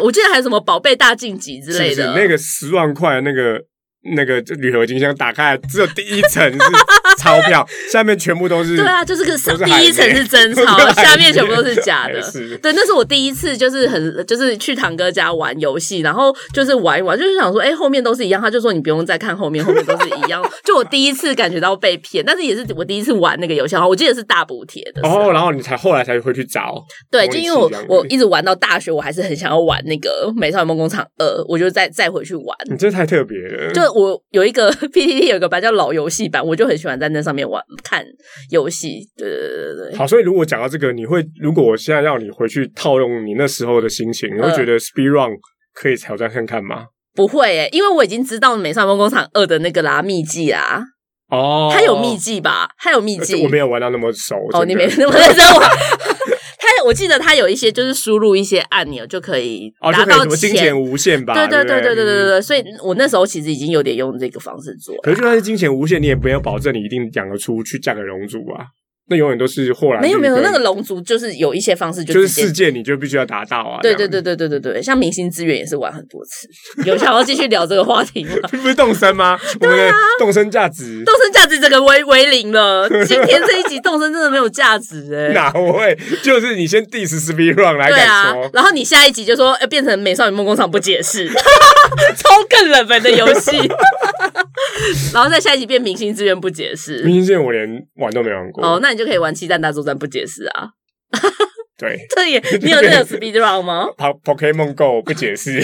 Speaker 2: 我记得还有什么宝贝大晋级之
Speaker 1: 是
Speaker 2: 类
Speaker 1: 不是
Speaker 2: 的，
Speaker 1: 那个十万块的那个那个铝合金箱打开，只有第一层是钞
Speaker 2: <laughs>
Speaker 1: 票，下面全部都是。
Speaker 2: 对啊，就是个上
Speaker 1: 都是海
Speaker 2: 第一层
Speaker 1: 绵
Speaker 2: 是
Speaker 1: <laughs>
Speaker 2: 真
Speaker 1: 都是
Speaker 2: 钞
Speaker 1: 海，
Speaker 2: 下面全部都是假的
Speaker 1: 绵。 <laughs> 是
Speaker 2: 对，那是我第一次，就是很就是去堂哥家玩游戏，然后就是玩一玩，就是想说，哎、后面都是一样，他就说你不用再看后面，后面都是一样。 <laughs> 就我第一次感觉到被骗，但是也是我第一次玩那个游戏，然后我记得是大补贴的时候，
Speaker 1: 哦，然后你才后来才会去找。
Speaker 2: 对，
Speaker 1: 同
Speaker 2: 就
Speaker 1: 一
Speaker 2: 因为
Speaker 1: 次
Speaker 2: 我
Speaker 1: 这样
Speaker 2: 我一直玩到大学，我还是很想要玩那个《美少女梦工厂二》，我就再再回去玩。
Speaker 1: 你这太特别了。
Speaker 2: 就我有一个 PTT 有一个版叫老游戏版，我就很喜欢在那上面玩看游戏。对对对对对，
Speaker 1: 好，所以如果讲到这个，你会如果我现在让你回去套用你那时候的心情，你会
Speaker 2: 嗯
Speaker 1: 觉得 speed run 可以挑战看看吗？
Speaker 2: 不会诶、因为我已经知道《美少女梦工厂二》的那个啦秘技啦，
Speaker 1: 哦，呃
Speaker 2: 它有秘技吧？它有秘技
Speaker 1: 我，没有玩到那么熟。
Speaker 2: 哦，
Speaker 1: 真
Speaker 2: 你
Speaker 1: 的
Speaker 2: 没 <laughs> 那么认真玩。它我记得它有一些就是输入一些按钮就可以
Speaker 1: 哦，
Speaker 2: 达
Speaker 1: 就可以
Speaker 2: 到
Speaker 1: 什么金
Speaker 2: 钱
Speaker 1: 钱无限吧？
Speaker 2: 对
Speaker 1: 对
Speaker 2: 对对对对对对
Speaker 1: 嗯
Speaker 2: 对，所以我那时候其实已经有点用这个方式做了。
Speaker 1: 可是就算是金钱无限，你也不要保证你一定养得出去嫁给龙族啊。那永远都是后来
Speaker 2: 没有没有，
Speaker 1: 跟
Speaker 2: 那个龙族就是有一些方式就
Speaker 1: 就是
Speaker 2: 直接
Speaker 1: 世界，你就必须要达到啊。
Speaker 2: 对对
Speaker 1: 这样，
Speaker 2: 对对对对对，像明星资源也是玩很多次。有想要继续聊这个话题吗？ <laughs>
Speaker 1: 不是动身吗？我
Speaker 2: 啊
Speaker 1: 们的动身价值
Speaker 2: 动身价值整个为为零了，今天这一集动身真的没有价值哎、
Speaker 1: <laughs> 哪会？就是你先 diss speed run 来
Speaker 2: 对啊
Speaker 1: 敢说，，
Speaker 2: 然后你下一集就说，呃，变成美少女梦工厂不解释， <laughs> 超更冷门的游戏， <laughs> 然后再下一集变明星资源不解释，
Speaker 1: 明星线我连玩都没玩
Speaker 2: 哦
Speaker 1: 过，。
Speaker 2: 那你就可以玩鸡蛋大作战不解释啊，
Speaker 1: 对
Speaker 2: 这也你有
Speaker 1: <laughs>
Speaker 2: 这个 speed run 吗？
Speaker 1: ，Po Pokemon Go 不解释，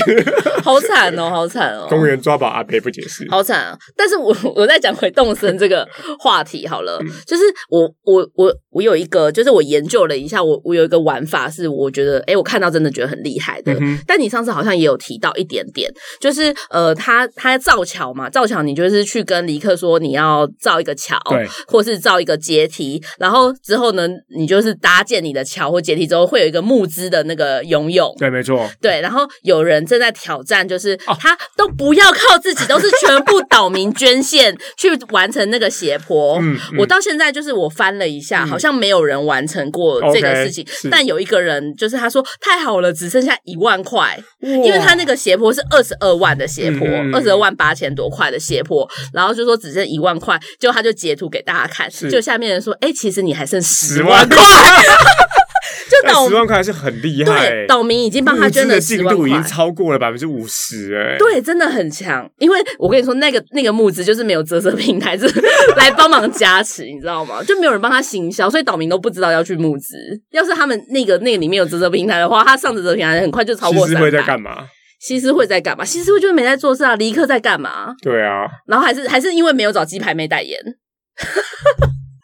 Speaker 2: 好惨哦，好惨哦，
Speaker 1: <laughs> 公园抓宝阿培不解释。
Speaker 2: <laughs> 好惨啊！但是我我再讲回动森这个话题好
Speaker 1: 嗯
Speaker 2: 了，就是我我我我有一个，就是我研究了一下，我我有一个玩法是我觉得，诶，我看到真的觉得很厉害的。
Speaker 1: 嗯哼
Speaker 2: 但你上次好像也有提到一点点，就是呃，他他造桥嘛，造桥你就是去跟尼克说你要造一个桥，
Speaker 1: 对，
Speaker 2: 或是造一个阶梯，然后之后呢，你就是搭建你的桥或阶梯之后，会有一个募资的那个游泳，
Speaker 1: 对，没错，
Speaker 2: 对，然后有人正在挑战，就是
Speaker 1: 哦
Speaker 2: 他都不要靠自己，都是全部岛民捐献 <laughs> 去完成那个斜坡。
Speaker 1: 嗯嗯
Speaker 2: 我到现在就是我翻了一下，好像没有人完成过这个
Speaker 1: OK，
Speaker 2: 事情
Speaker 1: 是
Speaker 2: 但有一个人就是他说太好了，只剩下一万块，因
Speaker 1: 因
Speaker 2: 为他那个斜坡是二十二万的斜坡，
Speaker 1: 嗯嗯嗯
Speaker 2: 二十二万八千多块的斜坡，然后就说只剩一万块，就他就截图给大家看，
Speaker 1: 是
Speaker 2: 就下面人说，哎、其实你还剩十
Speaker 1: 十
Speaker 2: 万
Speaker 1: 万
Speaker 2: 块，
Speaker 1: 块，
Speaker 2: <laughs> 就
Speaker 1: 但
Speaker 2: 岛
Speaker 1: 十万块还是很厉害欸
Speaker 2: 对。岛民已经帮他
Speaker 1: 募资
Speaker 2: 捐
Speaker 1: 的
Speaker 2: 了
Speaker 1: 进
Speaker 2: 十万
Speaker 1: 度已
Speaker 2: 块
Speaker 1: 经。超过了百分之五十，哎，
Speaker 2: 对，真的很强，因为我跟你说，那个那个募资就是没有折射平台，就是来帮忙加持，你知道吗？ <laughs> 就没有人帮他行销，所以岛民都不知道要去募资。要是他们那个那个里面有折射平台的话，他上折射平台很快就超
Speaker 1: 其
Speaker 2: 过
Speaker 1: 实
Speaker 2: 三
Speaker 1: 会在
Speaker 2: 百。
Speaker 1: 干嘛？
Speaker 2: 西施会在干嘛？西施会就是没在做事啊，尼克在干嘛？
Speaker 1: 对啊，
Speaker 2: 然后还是还是因为没有找鸡排妹代言。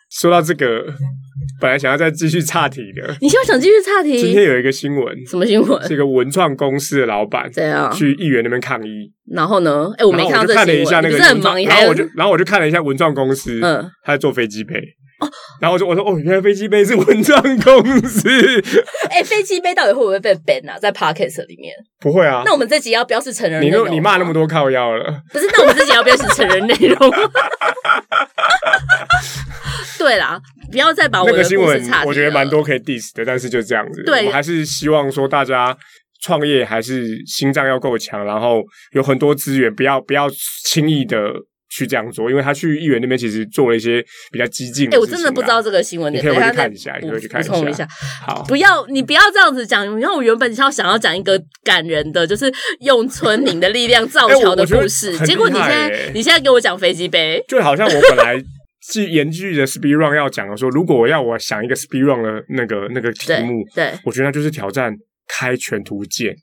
Speaker 1: 说到这个，本来想要再继续岔题的，
Speaker 2: 你现在想继续岔
Speaker 1: 今
Speaker 2: 题
Speaker 1: 天？有一个新闻，
Speaker 2: 什么新闻？
Speaker 1: 是一个文创公司的老板
Speaker 2: 怎样？
Speaker 1: 去议员那边抗议，
Speaker 2: 然后呢？嗯哎，我没
Speaker 1: 然后
Speaker 2: 到
Speaker 1: 我就
Speaker 2: 这
Speaker 1: 看了
Speaker 2: 新
Speaker 1: 一下
Speaker 2: 闻，
Speaker 1: 那个
Speaker 2: 你不是
Speaker 1: 文
Speaker 2: 很
Speaker 1: 创
Speaker 2: 忙？你
Speaker 1: 然
Speaker 2: 还
Speaker 1: 后我就然后我就看了一下文创公司，
Speaker 2: 嗯
Speaker 1: 他在做飞机杯。然后我就我说哦，原来飞机杯是文创公司， <laughs>
Speaker 2: 哎，飞机杯到底会不会被 ban 啊？在 Pocket 里面？
Speaker 1: 不会啊
Speaker 2: 那。我们这集要标示成人内
Speaker 1: 你
Speaker 2: 容
Speaker 1: 那
Speaker 2: 吗？
Speaker 1: 你骂那么多靠腰了，
Speaker 2: 不是，那我们自己要不要是成人内容？ <laughs> 对啦，不要再把啊我
Speaker 1: 那
Speaker 2: 的
Speaker 1: 个新
Speaker 2: 故
Speaker 1: 闻
Speaker 2: 事岔题
Speaker 1: 我觉得蛮
Speaker 2: 了。
Speaker 1: 多可以 diss 的，但是就这样子。
Speaker 2: 对
Speaker 1: 我们还是希望说大家创业还是心脏要够强，然后有很多资源，不要不要轻易的去这样做，因为他去议员那边其实做了一些比较激进的事
Speaker 2: 哎、
Speaker 1: 情啊。
Speaker 2: 我真的不知道这个新闻
Speaker 1: 你
Speaker 2: 点，
Speaker 1: 可以回去
Speaker 2: 等下再
Speaker 1: 看一下
Speaker 2: 补
Speaker 1: 你可以去看一
Speaker 2: 补充一
Speaker 1: 下
Speaker 2: 下。
Speaker 1: 好，
Speaker 2: 不要，你不要这样子讲。你看，我原本想要想要讲一个感人的，就是用村民的力量造
Speaker 1: 哎我
Speaker 2: 桥的
Speaker 1: 我觉得
Speaker 2: 故事，
Speaker 1: 很
Speaker 2: 结果你
Speaker 1: 厉
Speaker 2: 现
Speaker 1: 害
Speaker 2: 在、
Speaker 1: 欸
Speaker 2: 你现在给我讲飞机杯，
Speaker 1: 就好像我本来是 <laughs> 延续的 speed run 要讲的说，如果我要我想一个 speed run 的那个那个题
Speaker 2: 对
Speaker 1: 目，
Speaker 2: 对，
Speaker 1: 我觉得那就是挑战开全图鉴。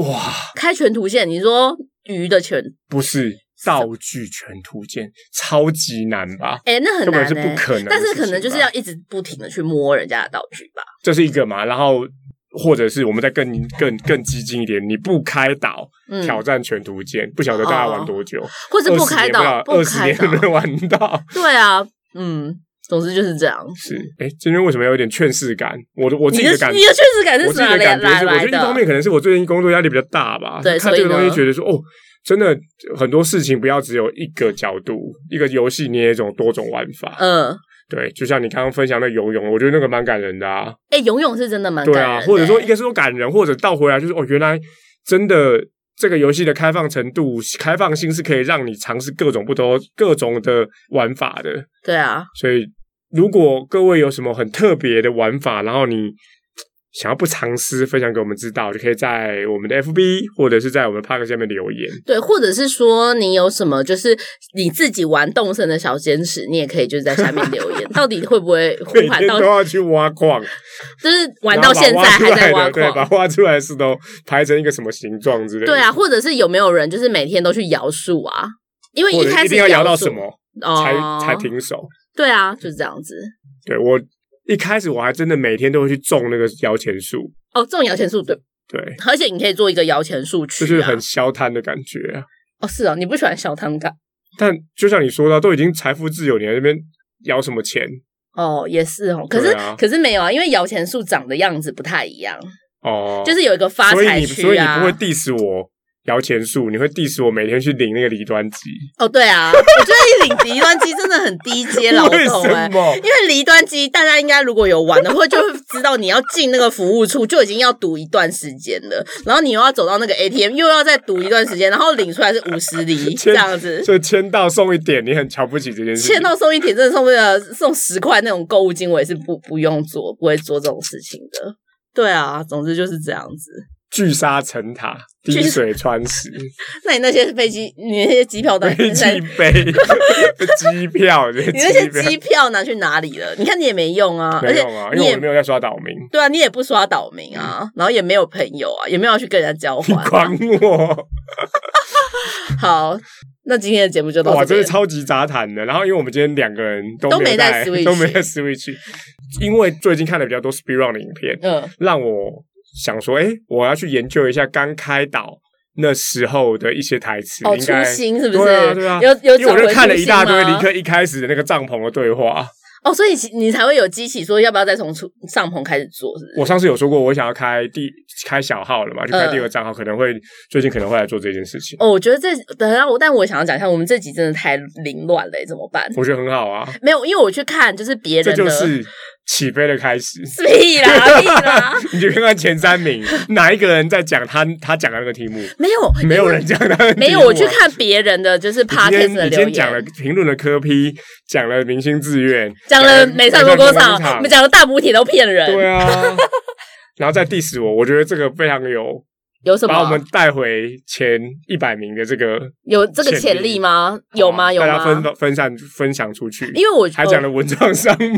Speaker 1: 哇，
Speaker 2: 开全图线，你说鱼的全，
Speaker 1: 不是道具全图鉴，超级难吧？
Speaker 2: 哎、那很
Speaker 1: 根本
Speaker 2: 难、欸，
Speaker 1: 是不可能的
Speaker 2: 但是
Speaker 1: 事情
Speaker 2: 可能就是
Speaker 1: 吧
Speaker 2: 要一直不停的去摸人家的道具吧。
Speaker 1: 这是一个嘛，然后或者是我们再更更更激进一点，你不开岛、
Speaker 2: 嗯
Speaker 1: 挑战全图鉴，不晓得大家玩多久，
Speaker 2: 或是不
Speaker 1: 20
Speaker 2: 开
Speaker 1: 年
Speaker 2: 导，不
Speaker 1: 二十
Speaker 2: 开
Speaker 1: 年
Speaker 2: 导
Speaker 1: 都，没玩到。
Speaker 2: 对啊，嗯，总之就是这样。
Speaker 1: 是，哎，今天为什么有点劝世感？我的我自
Speaker 2: 嗯你
Speaker 1: 己
Speaker 2: 的
Speaker 1: 感
Speaker 2: 你的确实感
Speaker 1: 我
Speaker 2: 是
Speaker 1: 自
Speaker 2: 哪
Speaker 1: 己的
Speaker 2: 来
Speaker 1: 感觉
Speaker 2: 来
Speaker 1: 是，我
Speaker 2: 来
Speaker 1: 觉得一
Speaker 2: 的
Speaker 1: 方？面可能是我最近工作压力比较大吧，
Speaker 2: 对
Speaker 1: 看
Speaker 2: 所以
Speaker 1: 这个东西
Speaker 2: 呢
Speaker 1: 觉得说，哦，真的很多事情不要只有一个角度，一个游戏你也有一种多种玩法。
Speaker 2: 嗯，
Speaker 1: 对，就像你刚刚分享的游泳，我觉得那个蛮感人的啊。
Speaker 2: 哎、游泳是真的蛮
Speaker 1: 对
Speaker 2: 感
Speaker 1: 啊，
Speaker 2: 人的
Speaker 1: 或者说一个是说感人，或者倒回来就是哦，原来真的这个游戏的开放程度、开放性是可以让你尝试各种不同、各种的玩法的。
Speaker 2: 对啊，
Speaker 1: 所以，如果各位有什么很特别的玩法，然后你想要不藏私分享给我们知道，就可以在我们的 FB 或者是在我们 Park 下面留
Speaker 2: <laughs>
Speaker 1: 言。
Speaker 2: 对，或者是说你有什么就是你自己玩动森的小坚持，你也可以就是在下面留
Speaker 1: <laughs>
Speaker 2: 言，到底会不会呼
Speaker 1: 每
Speaker 2: 喊
Speaker 1: 天
Speaker 2: 到
Speaker 1: 都，要去挖矿，
Speaker 2: 就是 <laughs> 玩
Speaker 1: 然
Speaker 2: 到
Speaker 1: 后把
Speaker 2: 现在
Speaker 1: 挖出
Speaker 2: 还在
Speaker 1: 来
Speaker 2: 挖
Speaker 1: 的对，把
Speaker 2: 矿。
Speaker 1: 挖出来的石头排成一个什么形状之类的。
Speaker 2: 对啊，，或者是有没有人就是每天都去摇树啊？因为
Speaker 1: 或者
Speaker 2: 开
Speaker 1: 一
Speaker 2: 始
Speaker 1: 定要摇到
Speaker 2: 树
Speaker 1: 什么才、
Speaker 2: 哦
Speaker 1: 才停手。
Speaker 2: 对啊，就是这样子。
Speaker 1: 对我一开始我还真的每天都会去种那个摇钱树，
Speaker 2: 哦，这种摇钱树对，
Speaker 1: 对，
Speaker 2: 而且你可以做一个摇钱树区、
Speaker 1: 就
Speaker 2: 啊，
Speaker 1: 是很消摊的感觉啊。
Speaker 2: 哦，是哦，你不喜欢小摊感
Speaker 1: 但就像你说的，都已经财富自由，你还在那边摇什么钱？
Speaker 2: 哦，也是哦。可是、
Speaker 1: 对啊
Speaker 2: 可是没有啊，因为摇钱树长的样子不太一样，
Speaker 1: 哦，
Speaker 2: 就是有一个发
Speaker 1: 所以
Speaker 2: 财
Speaker 1: 你所
Speaker 2: 区
Speaker 1: 以你
Speaker 2: 啊。
Speaker 1: 不会 diss 我摇钱树，你会 diss 我每天去领那个离端机。
Speaker 2: 哦，对啊，我觉得领离端机真的很低
Speaker 1: <laughs>
Speaker 2: 阶劳
Speaker 1: 为
Speaker 2: 动哎、
Speaker 1: 什么？
Speaker 2: 因为离端机，大家应该如果有玩的话，就会知道你要进那个服务处就已经要赌一段时间了，然后你又要走到那个 ATM，又要再赌一段时间，然后领出来是五十
Speaker 1: <laughs>
Speaker 2: 厘这样子。
Speaker 1: 所以签到送一点，你很瞧不起这件事情。 <laughs>
Speaker 2: 签到送一点，真的送不了送十块那种购物金，我也是不不用做，不会做这种事情的。对啊，总之就是这样子。
Speaker 1: 聚沙成塔，滴水穿
Speaker 2: <laughs>
Speaker 1: 石，
Speaker 2: 那你那些飞机，你那些机票到底
Speaker 1: 飞
Speaker 2: 是
Speaker 1: <laughs>
Speaker 2: 在
Speaker 1: 机
Speaker 2: <laughs>
Speaker 1: 杯、机票，你
Speaker 2: 你那些机票拿去哪里了？你看你也没用啊，而
Speaker 1: 没
Speaker 2: 且
Speaker 1: 有啊，因
Speaker 2: 你
Speaker 1: 为
Speaker 2: 也
Speaker 1: 我没有在嗯刷岛民。
Speaker 2: 对啊，你也不刷岛民啊，然后也没有朋友啊，也没有要去跟人家交
Speaker 1: 你
Speaker 2: 换、啊。
Speaker 1: 管我！
Speaker 2: 好，那今天的节目就到
Speaker 1: 哇，
Speaker 2: 这
Speaker 1: 真
Speaker 2: 边
Speaker 1: 的。超级杂谈的。然后，因为我们今天两个人都
Speaker 2: 都
Speaker 1: 没有
Speaker 2: 没
Speaker 1: 在
Speaker 2: 带 Switch
Speaker 1: 都没在 Switch，因为最近看了比较多 Speed Run 的影片，
Speaker 2: 嗯，
Speaker 1: 让我想说，哎、我要去研究一下刚开岛那时候的一些台词，
Speaker 2: 哦，
Speaker 1: 应
Speaker 2: 初
Speaker 1: 该
Speaker 2: 心是不是？
Speaker 1: 欸对啊对啊
Speaker 2: 有有
Speaker 1: 因为
Speaker 2: 找
Speaker 1: 我就
Speaker 2: 回
Speaker 1: 看了
Speaker 2: 初
Speaker 1: 一大
Speaker 2: 心
Speaker 1: 堆
Speaker 2: 吗
Speaker 1: 尼克一开始的那个帐篷的对话。啊
Speaker 2: 哦，所以其你才会有激起说要不要再从出帐篷开始做，是不是？
Speaker 1: 我上次有说过，我想要开第开小号了嘛，就开
Speaker 2: 嗯
Speaker 1: 第二账号，可能会最近可能会来做这件事情，
Speaker 2: 哦，我觉得这等一下我，但我想要讲一下，我们这集真的太凌乱了，欸怎么办？
Speaker 1: 我觉得很好
Speaker 2: <laughs>
Speaker 1: 啊，
Speaker 2: 没有，因为我去看就是别
Speaker 1: 这
Speaker 2: 人的，
Speaker 1: 就是起飞的开始。<laughs>
Speaker 2: 屁啦屁啦， <laughs>
Speaker 1: 你去看看前三名，哪一个人在讲他他讲的那个题目？
Speaker 2: 没有
Speaker 1: 没有人讲他的题目啊、
Speaker 2: 没有，我去看别人的就是
Speaker 1: 你今
Speaker 2: podcast
Speaker 1: 天
Speaker 2: 的
Speaker 1: 你今
Speaker 2: 留
Speaker 1: 天讲了
Speaker 2: 言，
Speaker 1: 评论的科批，讲了明星志愿，
Speaker 2: 讲了美善多工
Speaker 1: 美善
Speaker 2: 厂，我们讲了大补体都骗
Speaker 1: 对
Speaker 2: 人， <laughs>
Speaker 1: 啊，然后再 diss 我，我觉得这个非常有
Speaker 2: 有什
Speaker 1: 把我
Speaker 2: 么
Speaker 1: 们？带回前一百名的这个
Speaker 2: 有这个潜力吗？有吗？有
Speaker 1: 啊大家
Speaker 2: 吗？
Speaker 1: 分分散分享出去，
Speaker 2: 因为我
Speaker 1: 还讲了文章伤病，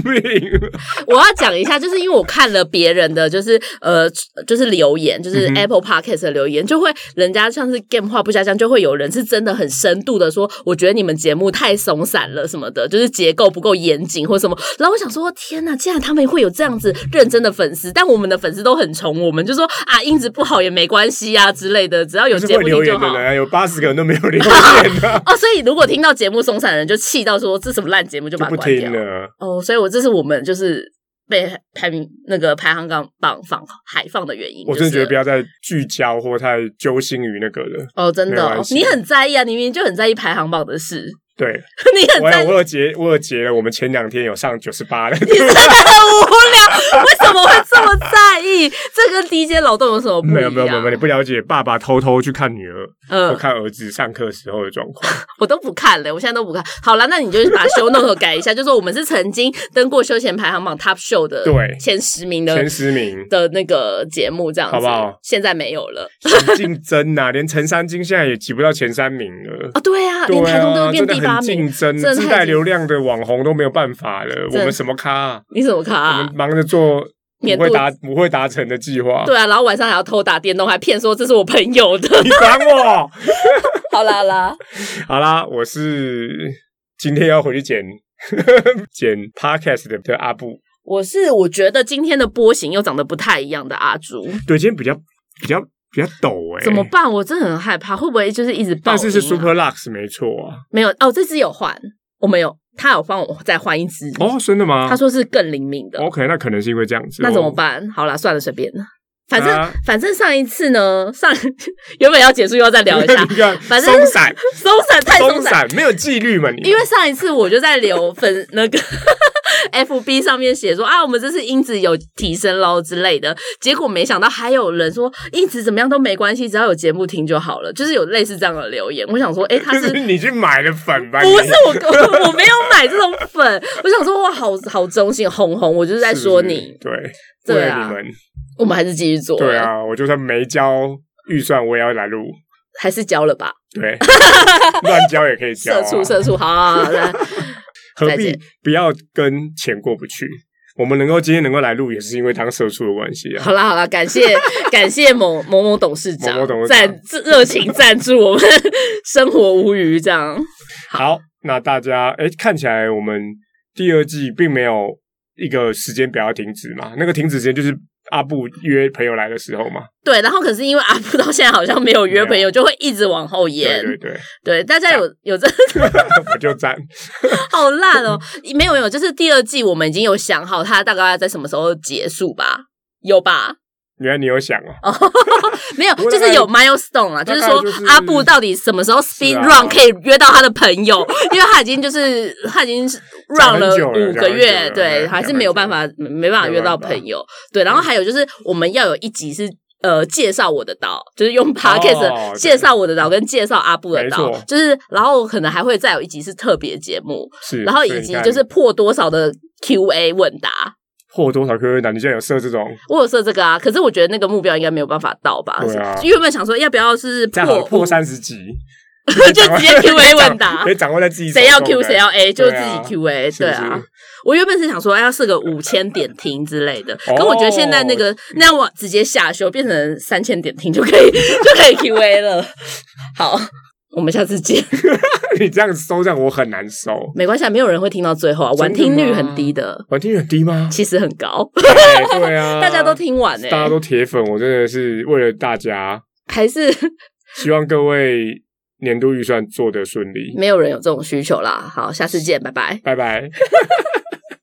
Speaker 2: 我要讲一下，就是因为我看了别人的，就是呃，就是留言，就是
Speaker 1: 嗯哼
Speaker 2: Apple Podcast 的留言，就会人家像是 Game 话不加酱，就会有人是真的很深度的说，我觉得你们节目太松散了什么的，就是结构不够严谨或什么。然后我想说，天呐，竟然他们会有这样子认真的粉丝，但我们的粉丝都很宠我们，就说啊音质不好也没关系啊之类的，只要有
Speaker 1: <laughs> 就是
Speaker 2: 节
Speaker 1: 会
Speaker 2: 目
Speaker 1: 留
Speaker 2: 听
Speaker 1: 言
Speaker 2: 就
Speaker 1: 的
Speaker 2: 好。
Speaker 1: 人啊有八十个人都没有留
Speaker 2: <laughs>
Speaker 1: 言啊的、
Speaker 2: 哦，所以如果听到节目松散的人就气到说这什么烂节目就
Speaker 1: 就
Speaker 2: 把它
Speaker 1: 不
Speaker 2: 关掉
Speaker 1: 听。了。
Speaker 2: 哦，所以我这是我们就是被排名那个排行榜榜放海放的原因。
Speaker 1: 我真的觉得不
Speaker 2: 要
Speaker 1: 要再聚焦或太揪心于那个了。
Speaker 2: 哦，真的
Speaker 1: 没
Speaker 2: 哦、
Speaker 1: 关系
Speaker 2: 你很在意啊，你明明就很在意排行榜的事， <laughs>
Speaker 1: 对，
Speaker 2: 你
Speaker 1: 我
Speaker 2: 很
Speaker 1: 有
Speaker 2: 在意。
Speaker 1: 我有截我有截了，我们前两天有上九十八的，
Speaker 2: 你真的 <laughs> 很无聊，为什么会这么在意？这跟低阶劳动有什么不
Speaker 1: <laughs>
Speaker 2: 一样？
Speaker 1: 没有没有没有，没有你不了解爸爸偷偷去看女儿，
Speaker 2: 嗯
Speaker 1: 我看儿子上课时候的状况。
Speaker 2: 我都不看了，我现在都不看。好了，那你就是把 show note 改一下，就说我们是曾经登过休闲排行榜 top show 的
Speaker 1: 对
Speaker 2: 前十名的
Speaker 1: 前十
Speaker 2: <laughs>
Speaker 1: 名
Speaker 2: 的那个节目，这样子
Speaker 1: 好不好
Speaker 2: 现在没有了
Speaker 1: 很竞争呐、连陈三金现在也挤不到前三名了。
Speaker 2: 哦，对啊，连
Speaker 1: 对
Speaker 2: 台东都
Speaker 1: 啊，
Speaker 2: 变
Speaker 1: 真的
Speaker 2: 第八
Speaker 1: 很
Speaker 2: 名
Speaker 1: 竞，争，
Speaker 2: 真的太
Speaker 1: 自带
Speaker 2: 竞
Speaker 1: 流量的网红都没有办法了。
Speaker 2: 真
Speaker 1: 我们什么咖啊、
Speaker 2: 你怎么看
Speaker 1: 我
Speaker 2: 啊
Speaker 1: 们？忙着做
Speaker 2: 免
Speaker 1: 不会
Speaker 2: 度
Speaker 1: 达不会达成的计划。
Speaker 2: <laughs> 对啊，然后晚上还要偷打电动，还骗说这是我朋友
Speaker 1: <laughs>
Speaker 2: 的。
Speaker 1: 你管我！
Speaker 2: 好啦好啦，
Speaker 1: 好啦，我是今天要回去剪 <laughs> 剪 podcast 的的阿布。
Speaker 2: 我是我觉得今天的波形又长得不太一样的阿朱，
Speaker 1: 对，今天比较比较比较陡哎、
Speaker 2: 怎么？办？我真的很害怕，会不会就是一直爆音啊、
Speaker 1: 但是是 super lux 没错啊。
Speaker 2: 没有哦，这只有换，我没有，他有帮我再换一只。
Speaker 1: 哦，真的吗？哦
Speaker 2: 他说是更灵敏的，
Speaker 1: OK，那可能是因为这样子。
Speaker 2: 那怎么
Speaker 1: 哦？
Speaker 2: 办？好啦，算了，随便。反正、
Speaker 1: 啊
Speaker 2: 反正上一次呢，上 <laughs> 原本要结束又要
Speaker 1: <laughs>
Speaker 2: 再聊一下
Speaker 1: 你，看
Speaker 2: 反正
Speaker 1: 松散，
Speaker 2: 松散太松
Speaker 1: 松
Speaker 2: 散，
Speaker 1: 散，没有纪律嘛？你
Speaker 2: 因为上一次我就在留粉那个 FB 上面写说啊，我们这次音质有提升喽之类的，结果没想到还有人说音质怎么样都没关系，只要有节目听就好了，就是有类似这样的留言。我想说，诶，他
Speaker 1: 就是是你去买了粉吧？
Speaker 2: 不
Speaker 1: 你
Speaker 2: 是我，我 <laughs> 我没有买这种粉。我想说，哇，好好中性，红红，我就是在说你，
Speaker 1: 是不是对，为
Speaker 2: 对
Speaker 1: 了
Speaker 2: 啊
Speaker 1: 你们，
Speaker 2: 我们还是继续做，
Speaker 1: 对，啊，我就算没交预算，我也要来录，
Speaker 2: 还是交了吧， <laughs>
Speaker 1: 对，乱交也可以交
Speaker 2: 社
Speaker 1: 啊，
Speaker 2: 畜社畜，好好好，来
Speaker 1: 何
Speaker 2: 再
Speaker 1: 必
Speaker 2: 见
Speaker 1: 不要跟钱过不去？我们能够今天能够来录，也是因为当社畜的关系啊。
Speaker 2: 好啦好啦，感 <laughs> 谢感谢某某某董事长
Speaker 1: 某某董事长
Speaker 2: 赞热情赞助我们生活无余，这样
Speaker 1: 好，那大家哎，诶看起来我们第二季并没有一个时间表要停止嘛，那个停止时间就是阿布约朋友来的时候嘛。
Speaker 2: 对。然后可是因为阿布到现在好像没有约朋
Speaker 1: 没
Speaker 2: 友，就会一直往后
Speaker 1: 对
Speaker 2: 延。
Speaker 1: 对对， <laughs>
Speaker 2: 对大家有有这 <laughs>
Speaker 1: 我就赞。
Speaker 2: 好烂哦，没有没有，就是第二季我们已经有想好它大概在什么时候结束吧。有吧？
Speaker 1: 原来你有想哦，
Speaker 2: 没有，
Speaker 1: 不会
Speaker 2: 就是有 milestone 啊，
Speaker 1: 大
Speaker 2: 就
Speaker 1: 概
Speaker 2: 是说
Speaker 1: 就是
Speaker 2: 阿布到底什么时候 spin
Speaker 1: 是啊
Speaker 2: run 可以约到他的朋友， <laughs> 因为他已经就是他已经是
Speaker 1: 很
Speaker 2: run
Speaker 1: 久了
Speaker 2: 五个
Speaker 1: 讲很久
Speaker 2: 月
Speaker 1: 了，
Speaker 2: 对，
Speaker 1: 对
Speaker 2: 还是没有办法没没办法约到朋友。对，然后还有就是我们要有一集是。呃，介绍我的岛，就是用 podcast、
Speaker 1: 哦对
Speaker 2: 介绍我的岛跟介绍阿布的岛
Speaker 1: 没错，
Speaker 2: 就是然后可能还会再有一集是特别节目，
Speaker 1: 是。
Speaker 2: 然后
Speaker 1: 所
Speaker 2: 以
Speaker 1: 你
Speaker 2: 及
Speaker 1: 看
Speaker 2: 就是破多少的 Q&A 问答，
Speaker 1: 破多少 QQ 难，你现在有设这种
Speaker 2: 我有设这个啊，可是我觉得那个目标应该没有办法到吧？
Speaker 1: 对啊
Speaker 2: 原本想说要不要是
Speaker 1: 这样好
Speaker 2: 破
Speaker 1: 了破三十集，
Speaker 2: <laughs>
Speaker 1: <laughs>
Speaker 2: 就直接 Q&A 问答
Speaker 1: 可以掌握在自己手中
Speaker 2: 谁
Speaker 1: 的
Speaker 2: 要 Q 谁要 A 就自
Speaker 1: 对啊
Speaker 2: 己 Q&A，
Speaker 1: 是不
Speaker 2: 对
Speaker 1: 是
Speaker 2: 啊。我原本是想说要设个五千点听之类的，
Speaker 1: 哦
Speaker 2: 可我觉得现在那个那样我直接下修变成三千点听就可以 <laughs> 就可以 Q&A 了。好，我们下次见。
Speaker 1: <laughs> 你这样收这样我很难收。
Speaker 2: 没关系，啊，没有人会听到最后啊，
Speaker 1: 真的吗
Speaker 2: 完听率很低的，
Speaker 1: 完听率很低
Speaker 2: <laughs>
Speaker 1: 吗？
Speaker 2: 其实很高，
Speaker 1: 哎对啊，
Speaker 2: 大家都欸听完呢、
Speaker 1: 大家都铁粉，我真的是为了大家，
Speaker 2: 还是 <laughs>
Speaker 1: 希望各位年度预算做得顺利，
Speaker 2: 没有人有这种需求啦。好，下次见，拜拜。
Speaker 1: 拜拜。